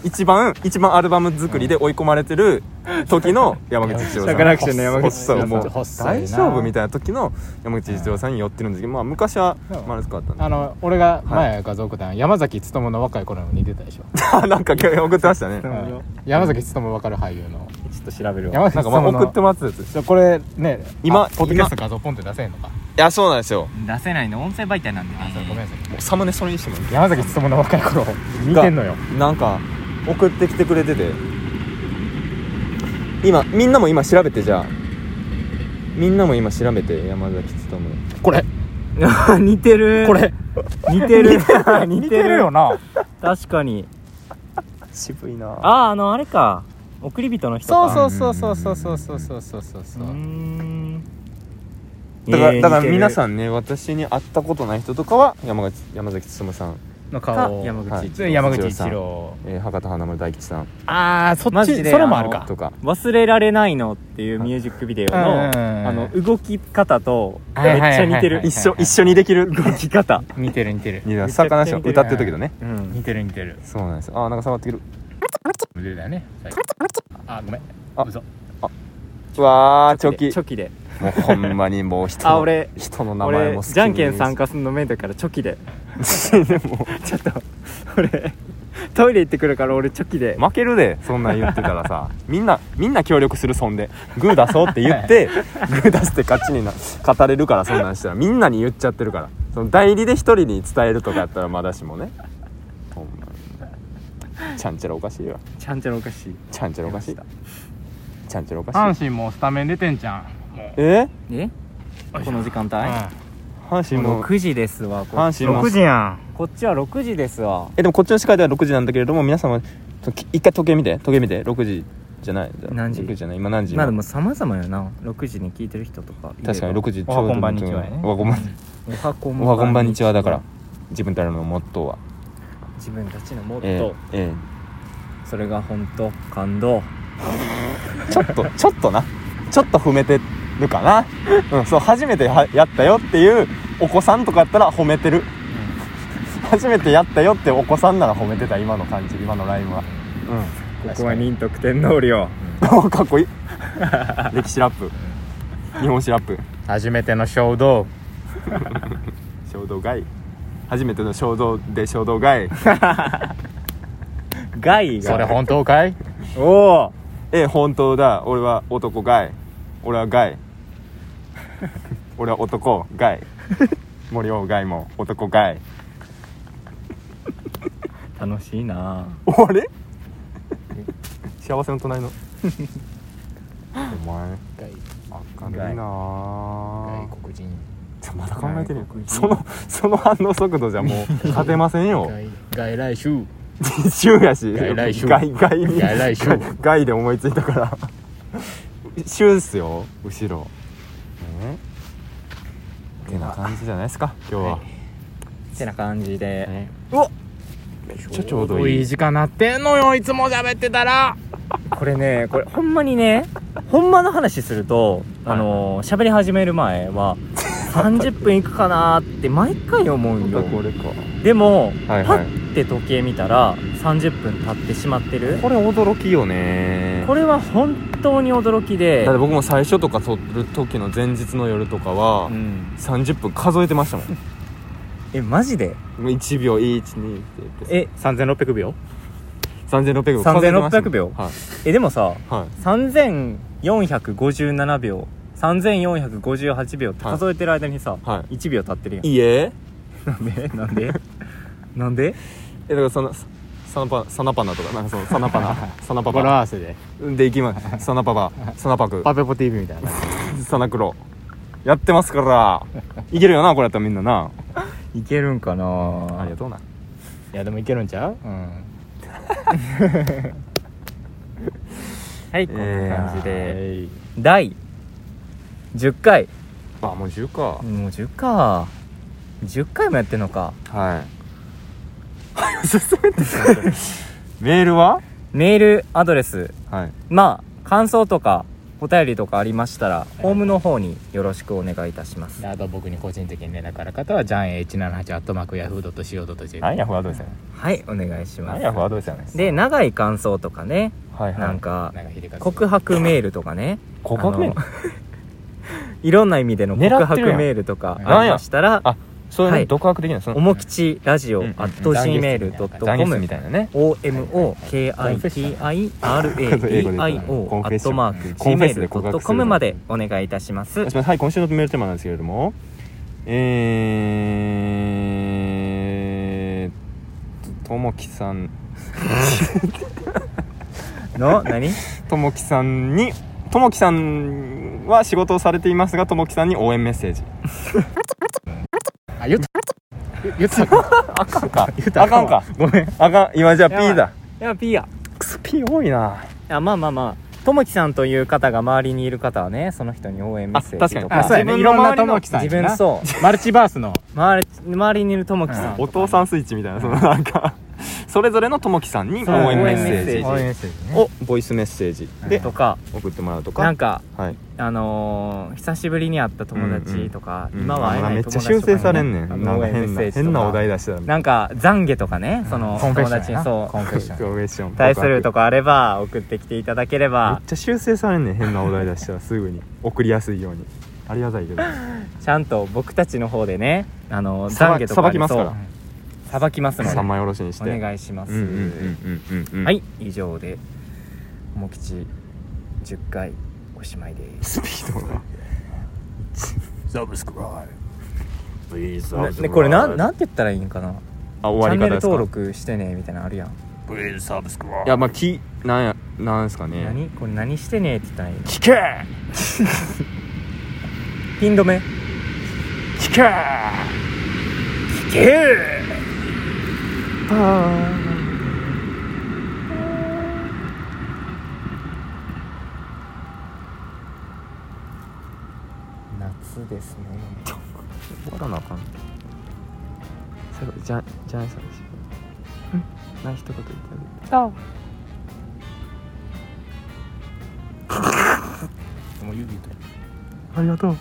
[SPEAKER 1] 一番一番アルバム作りで追い込まれてる時の山口一郎さ
[SPEAKER 2] サ
[SPEAKER 1] ん
[SPEAKER 2] カナクションの山口一
[SPEAKER 1] 細い
[SPEAKER 2] 郎
[SPEAKER 1] もう
[SPEAKER 3] 細い
[SPEAKER 1] 大
[SPEAKER 3] な
[SPEAKER 1] 丈夫みたいな時の山口一郎さんに寄ってるんですけどまあ昔は丸くあったんで *laughs*
[SPEAKER 3] あの俺が前画像送ったの山崎努の若い頃に似てたでしょ
[SPEAKER 1] あなんか今日送ってましたね
[SPEAKER 2] なるほど
[SPEAKER 3] 山崎努分かる俳優の
[SPEAKER 2] ちょっと調べるわ
[SPEAKER 3] 山
[SPEAKER 1] な
[SPEAKER 3] 崎
[SPEAKER 1] んかまあ
[SPEAKER 3] 努
[SPEAKER 1] 送って
[SPEAKER 3] の
[SPEAKER 1] もらってたやつ
[SPEAKER 3] じゃあこれね
[SPEAKER 1] 今
[SPEAKER 3] あポッドキャスト画像ポンって出せへんの
[SPEAKER 1] い
[SPEAKER 3] か
[SPEAKER 1] やそうなんですよ
[SPEAKER 2] 出せないの音声媒体なんで
[SPEAKER 3] あそうごめんなさい
[SPEAKER 1] もうサムネそれにしても
[SPEAKER 3] 山崎努の若い頃似てんのよ
[SPEAKER 1] なんか送ってきてくれてて今みんなも今調べてじゃあみんなも今調べて山崎努
[SPEAKER 3] これ
[SPEAKER 2] ね似てる
[SPEAKER 3] これ
[SPEAKER 2] *laughs* 似てる
[SPEAKER 3] 似てるよな
[SPEAKER 2] 確かに
[SPEAKER 1] 渋いなあ
[SPEAKER 2] あああのあれか送り人の人
[SPEAKER 3] そう
[SPEAKER 2] か
[SPEAKER 3] そううそうそうそうそうそうそうそうそうそう
[SPEAKER 2] ーん
[SPEAKER 1] だから、
[SPEAKER 2] えー
[SPEAKER 1] だから皆
[SPEAKER 2] 似
[SPEAKER 1] さんね私に会ったことない人とかは山口山崎努さん、
[SPEAKER 3] の
[SPEAKER 2] てるか
[SPEAKER 3] 顔
[SPEAKER 2] 山口一郎
[SPEAKER 1] は
[SPEAKER 3] 山口一郎
[SPEAKER 1] えー博多華丸大吉さん
[SPEAKER 3] あーそ
[SPEAKER 2] マ
[SPEAKER 3] っ
[SPEAKER 2] ジ
[SPEAKER 3] ち
[SPEAKER 2] で
[SPEAKER 3] それもある
[SPEAKER 2] あ
[SPEAKER 3] か
[SPEAKER 1] とか
[SPEAKER 2] 忘れられないのっていうミュージックビデオ
[SPEAKER 3] うんうん
[SPEAKER 2] の
[SPEAKER 3] うん
[SPEAKER 2] あの動き方と
[SPEAKER 3] はい
[SPEAKER 2] め
[SPEAKER 3] は
[SPEAKER 2] っ
[SPEAKER 3] い
[SPEAKER 2] ち
[SPEAKER 3] はい
[SPEAKER 2] ゃ
[SPEAKER 3] はい
[SPEAKER 2] 似てる
[SPEAKER 1] 一緒一緒にできる
[SPEAKER 2] 動き方
[SPEAKER 3] 似てる似てる
[SPEAKER 1] いや
[SPEAKER 2] めちゃくちゃ
[SPEAKER 1] 魚し
[SPEAKER 2] 似てる
[SPEAKER 1] 歌ってる時のね
[SPEAKER 2] うん
[SPEAKER 3] 似てる似てる
[SPEAKER 1] そうなんですあーなんか触ってくる
[SPEAKER 3] 無理だよね最後あごめん
[SPEAKER 1] あ
[SPEAKER 3] 嘘
[SPEAKER 1] うわーチョキ
[SPEAKER 2] チョキで
[SPEAKER 1] もうほんまにもう人の
[SPEAKER 2] あ俺
[SPEAKER 1] 人の名前
[SPEAKER 2] 俺
[SPEAKER 1] も好き
[SPEAKER 2] じゃんけん参加するの面だからチョキで *laughs*
[SPEAKER 1] で *laughs* も
[SPEAKER 2] ちょっと俺トイレ行ってくるから俺チョキで
[SPEAKER 1] 負けるでそんなん言ってたらさ
[SPEAKER 6] *laughs*
[SPEAKER 1] みんなみんな協力するそんでグー出そうって言って
[SPEAKER 6] *laughs*
[SPEAKER 1] グー出して勝ちにな語れるからそんなんしたらみんなに言っちゃってるからその代理で一人に伝えるとかやったらまだしもねほんまにちゃんちゃらおかしいわ
[SPEAKER 2] ちゃんちゃらおかしい
[SPEAKER 1] ちゃんちゃらおかしいちゃんちゃらおか
[SPEAKER 6] 阪
[SPEAKER 1] しい
[SPEAKER 6] 神もうスタメン出てんじゃんも
[SPEAKER 1] え
[SPEAKER 2] えこの時間帯
[SPEAKER 1] 阪神も
[SPEAKER 2] 6時ですわこ
[SPEAKER 1] 阪神も
[SPEAKER 6] 時や
[SPEAKER 2] こっちは6時ですわ
[SPEAKER 1] えでもこっちの司会では6時なんだけれども皆様とき一回時計見て時計見て6時じゃない
[SPEAKER 2] 何時
[SPEAKER 1] 6じゃない今何時
[SPEAKER 2] まあでも様々よな6時に聞いてる人とかいれば
[SPEAKER 1] 確かに6時ちょう
[SPEAKER 6] お
[SPEAKER 1] ど
[SPEAKER 6] はこんばんにちはやね
[SPEAKER 1] おはこんばん
[SPEAKER 2] おはこん
[SPEAKER 1] おはこんばんにちはだから自分たちのモットーは
[SPEAKER 2] 自分たちのモッ
[SPEAKER 1] え
[SPEAKER 2] トー
[SPEAKER 1] ええ
[SPEAKER 2] それが本当感動
[SPEAKER 1] えちょっと *laughs* ちょっとなちょっと褒めてるかな、うん、そう初めてはやったよっていうお子さんとかやったら褒めてる、初めてやったよってお子さんなら褒めてた今の感じ今のライブは
[SPEAKER 2] ここは忍得天皇陵
[SPEAKER 1] うん *laughs* かっこいい歴史ラップ日本史ラップ
[SPEAKER 3] 初めての衝動
[SPEAKER 1] 衝動買い初めての衝動で衝動買い
[SPEAKER 2] ガイ
[SPEAKER 3] それ
[SPEAKER 2] が
[SPEAKER 3] 本当かい
[SPEAKER 2] おお
[SPEAKER 1] ええ本当だ俺は男買い俺は *laughs* ガイ俺は男ガイ森王ガイも男ガイ
[SPEAKER 2] 楽しいな
[SPEAKER 1] あれ *laughs* 幸せの隣のお前
[SPEAKER 3] 外
[SPEAKER 1] 明るいなあ
[SPEAKER 3] 外国人
[SPEAKER 1] ちょまだ考えてるよ
[SPEAKER 2] 外国人
[SPEAKER 1] そのその反応速度じゃもう勝てませんよ
[SPEAKER 3] 外外来種
[SPEAKER 1] 週やし
[SPEAKER 3] 外来種
[SPEAKER 1] 外外に
[SPEAKER 3] 外来種
[SPEAKER 1] 外外で思いついたから週っすよ後ろねてな感じじゃないですか今日は、
[SPEAKER 2] ってな感じで
[SPEAKER 1] うわめっちゃちょうど
[SPEAKER 3] い
[SPEAKER 1] い
[SPEAKER 3] い
[SPEAKER 1] い
[SPEAKER 3] 時間なってんのよいつも喋ってたら
[SPEAKER 2] これねこれほんまにねほんまの話するとあの喋、り始める前
[SPEAKER 1] *laughs*
[SPEAKER 2] は30分いくかなーって毎回思うよ
[SPEAKER 1] これか
[SPEAKER 2] でも、
[SPEAKER 1] はいはい
[SPEAKER 2] パッて時計見たら30分経ってしまってる
[SPEAKER 1] これ驚きよね
[SPEAKER 2] これは本当に驚きで
[SPEAKER 1] だって僕も最初とか撮る時の前日の夜とかは
[SPEAKER 2] うん、
[SPEAKER 1] 30分数えてましたもん
[SPEAKER 2] えマジで
[SPEAKER 1] もう1秒1 2って言って
[SPEAKER 2] え
[SPEAKER 3] 3600秒
[SPEAKER 1] 3600秒数えてましたもん
[SPEAKER 2] 3600秒
[SPEAKER 1] はい
[SPEAKER 2] えでもさ
[SPEAKER 1] はい
[SPEAKER 2] 3457秒3458秒って
[SPEAKER 1] はい
[SPEAKER 2] 数えてる間にさ、
[SPEAKER 1] は
[SPEAKER 2] 1秒経ってるやん
[SPEAKER 1] いいいえ
[SPEAKER 2] なんで *laughs* なんでなんで
[SPEAKER 1] えだからそのササナパサナパナとかなんかそのサナパナサナパ
[SPEAKER 3] 語呂
[SPEAKER 1] パ
[SPEAKER 3] 合わせで
[SPEAKER 1] で行きますサナパ *laughs* パサナパク
[SPEAKER 3] パペポ TV みたいな
[SPEAKER 1] サナクロやってますからいけるよなこれやったらみんなない
[SPEAKER 2] けるんかな
[SPEAKER 1] ありがとうない
[SPEAKER 3] やでもいけるんちゃう
[SPEAKER 2] うんはいこんな感じで、
[SPEAKER 3] え
[SPEAKER 2] 第10回
[SPEAKER 1] あもう10か
[SPEAKER 2] もう10か10回もやってんのか
[SPEAKER 1] はい *laughs* 進めてくださいメールは
[SPEAKER 2] メールアドレス
[SPEAKER 1] はい
[SPEAKER 2] まあ感想とかお便りとかありましたらホームの方によろしくお願いいたします
[SPEAKER 3] ーあと僕に個人的に連絡ある方はじゃん H78 アットマークヤフードと CO.jp
[SPEAKER 1] 何やフォワードですよね
[SPEAKER 2] はいお願いしま
[SPEAKER 1] 何
[SPEAKER 2] す
[SPEAKER 1] やフォワードですよね
[SPEAKER 2] で長い感想とかね
[SPEAKER 1] はい
[SPEAKER 2] な
[SPEAKER 1] は
[SPEAKER 2] ん
[SPEAKER 1] い
[SPEAKER 2] か
[SPEAKER 3] なんか秀和
[SPEAKER 2] 告白メールとかね
[SPEAKER 1] 告白メール
[SPEAKER 2] あのいろんな意味での告
[SPEAKER 1] 狙って
[SPEAKER 2] 白
[SPEAKER 1] るやん
[SPEAKER 2] メールとか
[SPEAKER 1] なんや
[SPEAKER 2] ありましたら
[SPEAKER 1] あそういう
[SPEAKER 2] は
[SPEAKER 1] の
[SPEAKER 2] い
[SPEAKER 1] 独白できないそ
[SPEAKER 2] お
[SPEAKER 1] の
[SPEAKER 2] もきちラジオ
[SPEAKER 1] うんうん
[SPEAKER 2] at
[SPEAKER 1] 懺悔室
[SPEAKER 2] gmail.com
[SPEAKER 1] みたいなね
[SPEAKER 2] omokitiradio アットマーク
[SPEAKER 1] コンフェスで告白する
[SPEAKER 2] gmail.com までお願いいたします
[SPEAKER 1] はい今週のメールテーマなんですけれどもえーとともきさん
[SPEAKER 2] の *laughs* 何
[SPEAKER 1] ともきさんにともきさんは仕事をされていますがともきさんに応援メッセージ
[SPEAKER 3] あ言った言った *laughs* か
[SPEAKER 1] あかんか
[SPEAKER 3] 言った
[SPEAKER 1] あかんか
[SPEAKER 3] ごめん
[SPEAKER 1] あかん今じゃあ P
[SPEAKER 2] やば
[SPEAKER 1] だ
[SPEAKER 2] いやピーや
[SPEAKER 1] クソ P 多いな
[SPEAKER 2] あまあまあまあともきさんという方が周りにいる方はねその人に応援メッセージと
[SPEAKER 1] あ確かに
[SPEAKER 2] か
[SPEAKER 3] あそうや
[SPEAKER 1] 自
[SPEAKER 3] ね
[SPEAKER 1] 分
[SPEAKER 3] い
[SPEAKER 1] の
[SPEAKER 3] ろんな
[SPEAKER 1] 周りの
[SPEAKER 3] ともきさん
[SPEAKER 2] 自
[SPEAKER 3] やな
[SPEAKER 2] 分そう
[SPEAKER 3] マルチバースの
[SPEAKER 2] 周り周りにいるともきさん
[SPEAKER 1] お父さんスイッチみたいなそのなんかそれぞれのともきさんに
[SPEAKER 2] そう
[SPEAKER 1] 応援メッセージ
[SPEAKER 2] 応援
[SPEAKER 3] セージね
[SPEAKER 1] をボイスメッセージで
[SPEAKER 2] とか
[SPEAKER 1] 送ってもらうとか
[SPEAKER 2] なんか
[SPEAKER 1] はい
[SPEAKER 2] あのー久しぶりに会った友達とか、
[SPEAKER 1] うん
[SPEAKER 2] 今は会えな
[SPEAKER 1] め
[SPEAKER 2] い
[SPEAKER 1] っ
[SPEAKER 2] 友
[SPEAKER 1] ちゃ
[SPEAKER 2] 達
[SPEAKER 1] 修
[SPEAKER 2] とか
[SPEAKER 1] 正
[SPEAKER 2] に
[SPEAKER 1] されんね
[SPEAKER 2] あ
[SPEAKER 1] んなん
[SPEAKER 2] の応
[SPEAKER 1] か
[SPEAKER 2] 援メ
[SPEAKER 1] 変
[SPEAKER 2] ッ
[SPEAKER 1] な
[SPEAKER 2] セージとか
[SPEAKER 1] 変なお題出したら
[SPEAKER 2] なんか懺悔とかねその
[SPEAKER 3] コンフェッ
[SPEAKER 2] 友
[SPEAKER 3] ション
[SPEAKER 2] 達にそう
[SPEAKER 3] コンフェッション
[SPEAKER 1] コンフェッション
[SPEAKER 2] 対するとかあれば送ってきていただけ
[SPEAKER 1] め
[SPEAKER 2] れ
[SPEAKER 1] っ
[SPEAKER 2] ば
[SPEAKER 1] ちゃ修正されんねん変なお題出したらすぐに送りやすいようにありがたいけど
[SPEAKER 2] ちゃんと僕たちの方でねあの
[SPEAKER 1] さば
[SPEAKER 2] 懺悔とか
[SPEAKER 1] さばきますから
[SPEAKER 2] さばきますので
[SPEAKER 1] 三枚おろしにして
[SPEAKER 2] お願いします、
[SPEAKER 1] うんうんうんうんうんうん
[SPEAKER 2] はい以上で「もきち10回おしまいで
[SPEAKER 1] ス
[SPEAKER 2] す
[SPEAKER 1] ピードが
[SPEAKER 3] サブスクライブ Please
[SPEAKER 2] ねこれなんなんて言ったらいいんかな
[SPEAKER 1] あ
[SPEAKER 2] チャ
[SPEAKER 1] 終
[SPEAKER 2] ン
[SPEAKER 1] わり方
[SPEAKER 2] ネル
[SPEAKER 1] です
[SPEAKER 2] 登
[SPEAKER 1] か
[SPEAKER 2] 録してねみたいなのあるやん、
[SPEAKER 3] Please サブスクラ
[SPEAKER 1] いやまあきなんやなんですかね
[SPEAKER 2] 何これ何してねって言ったらいいの
[SPEAKER 1] 聞け
[SPEAKER 2] *laughs* ピン止め
[SPEAKER 1] 聞け
[SPEAKER 2] 聞け夏ですね
[SPEAKER 1] 終わらなあかん最後じゃじゃあさんでしょな一言言ってあげて
[SPEAKER 3] もう指と
[SPEAKER 1] ありがとう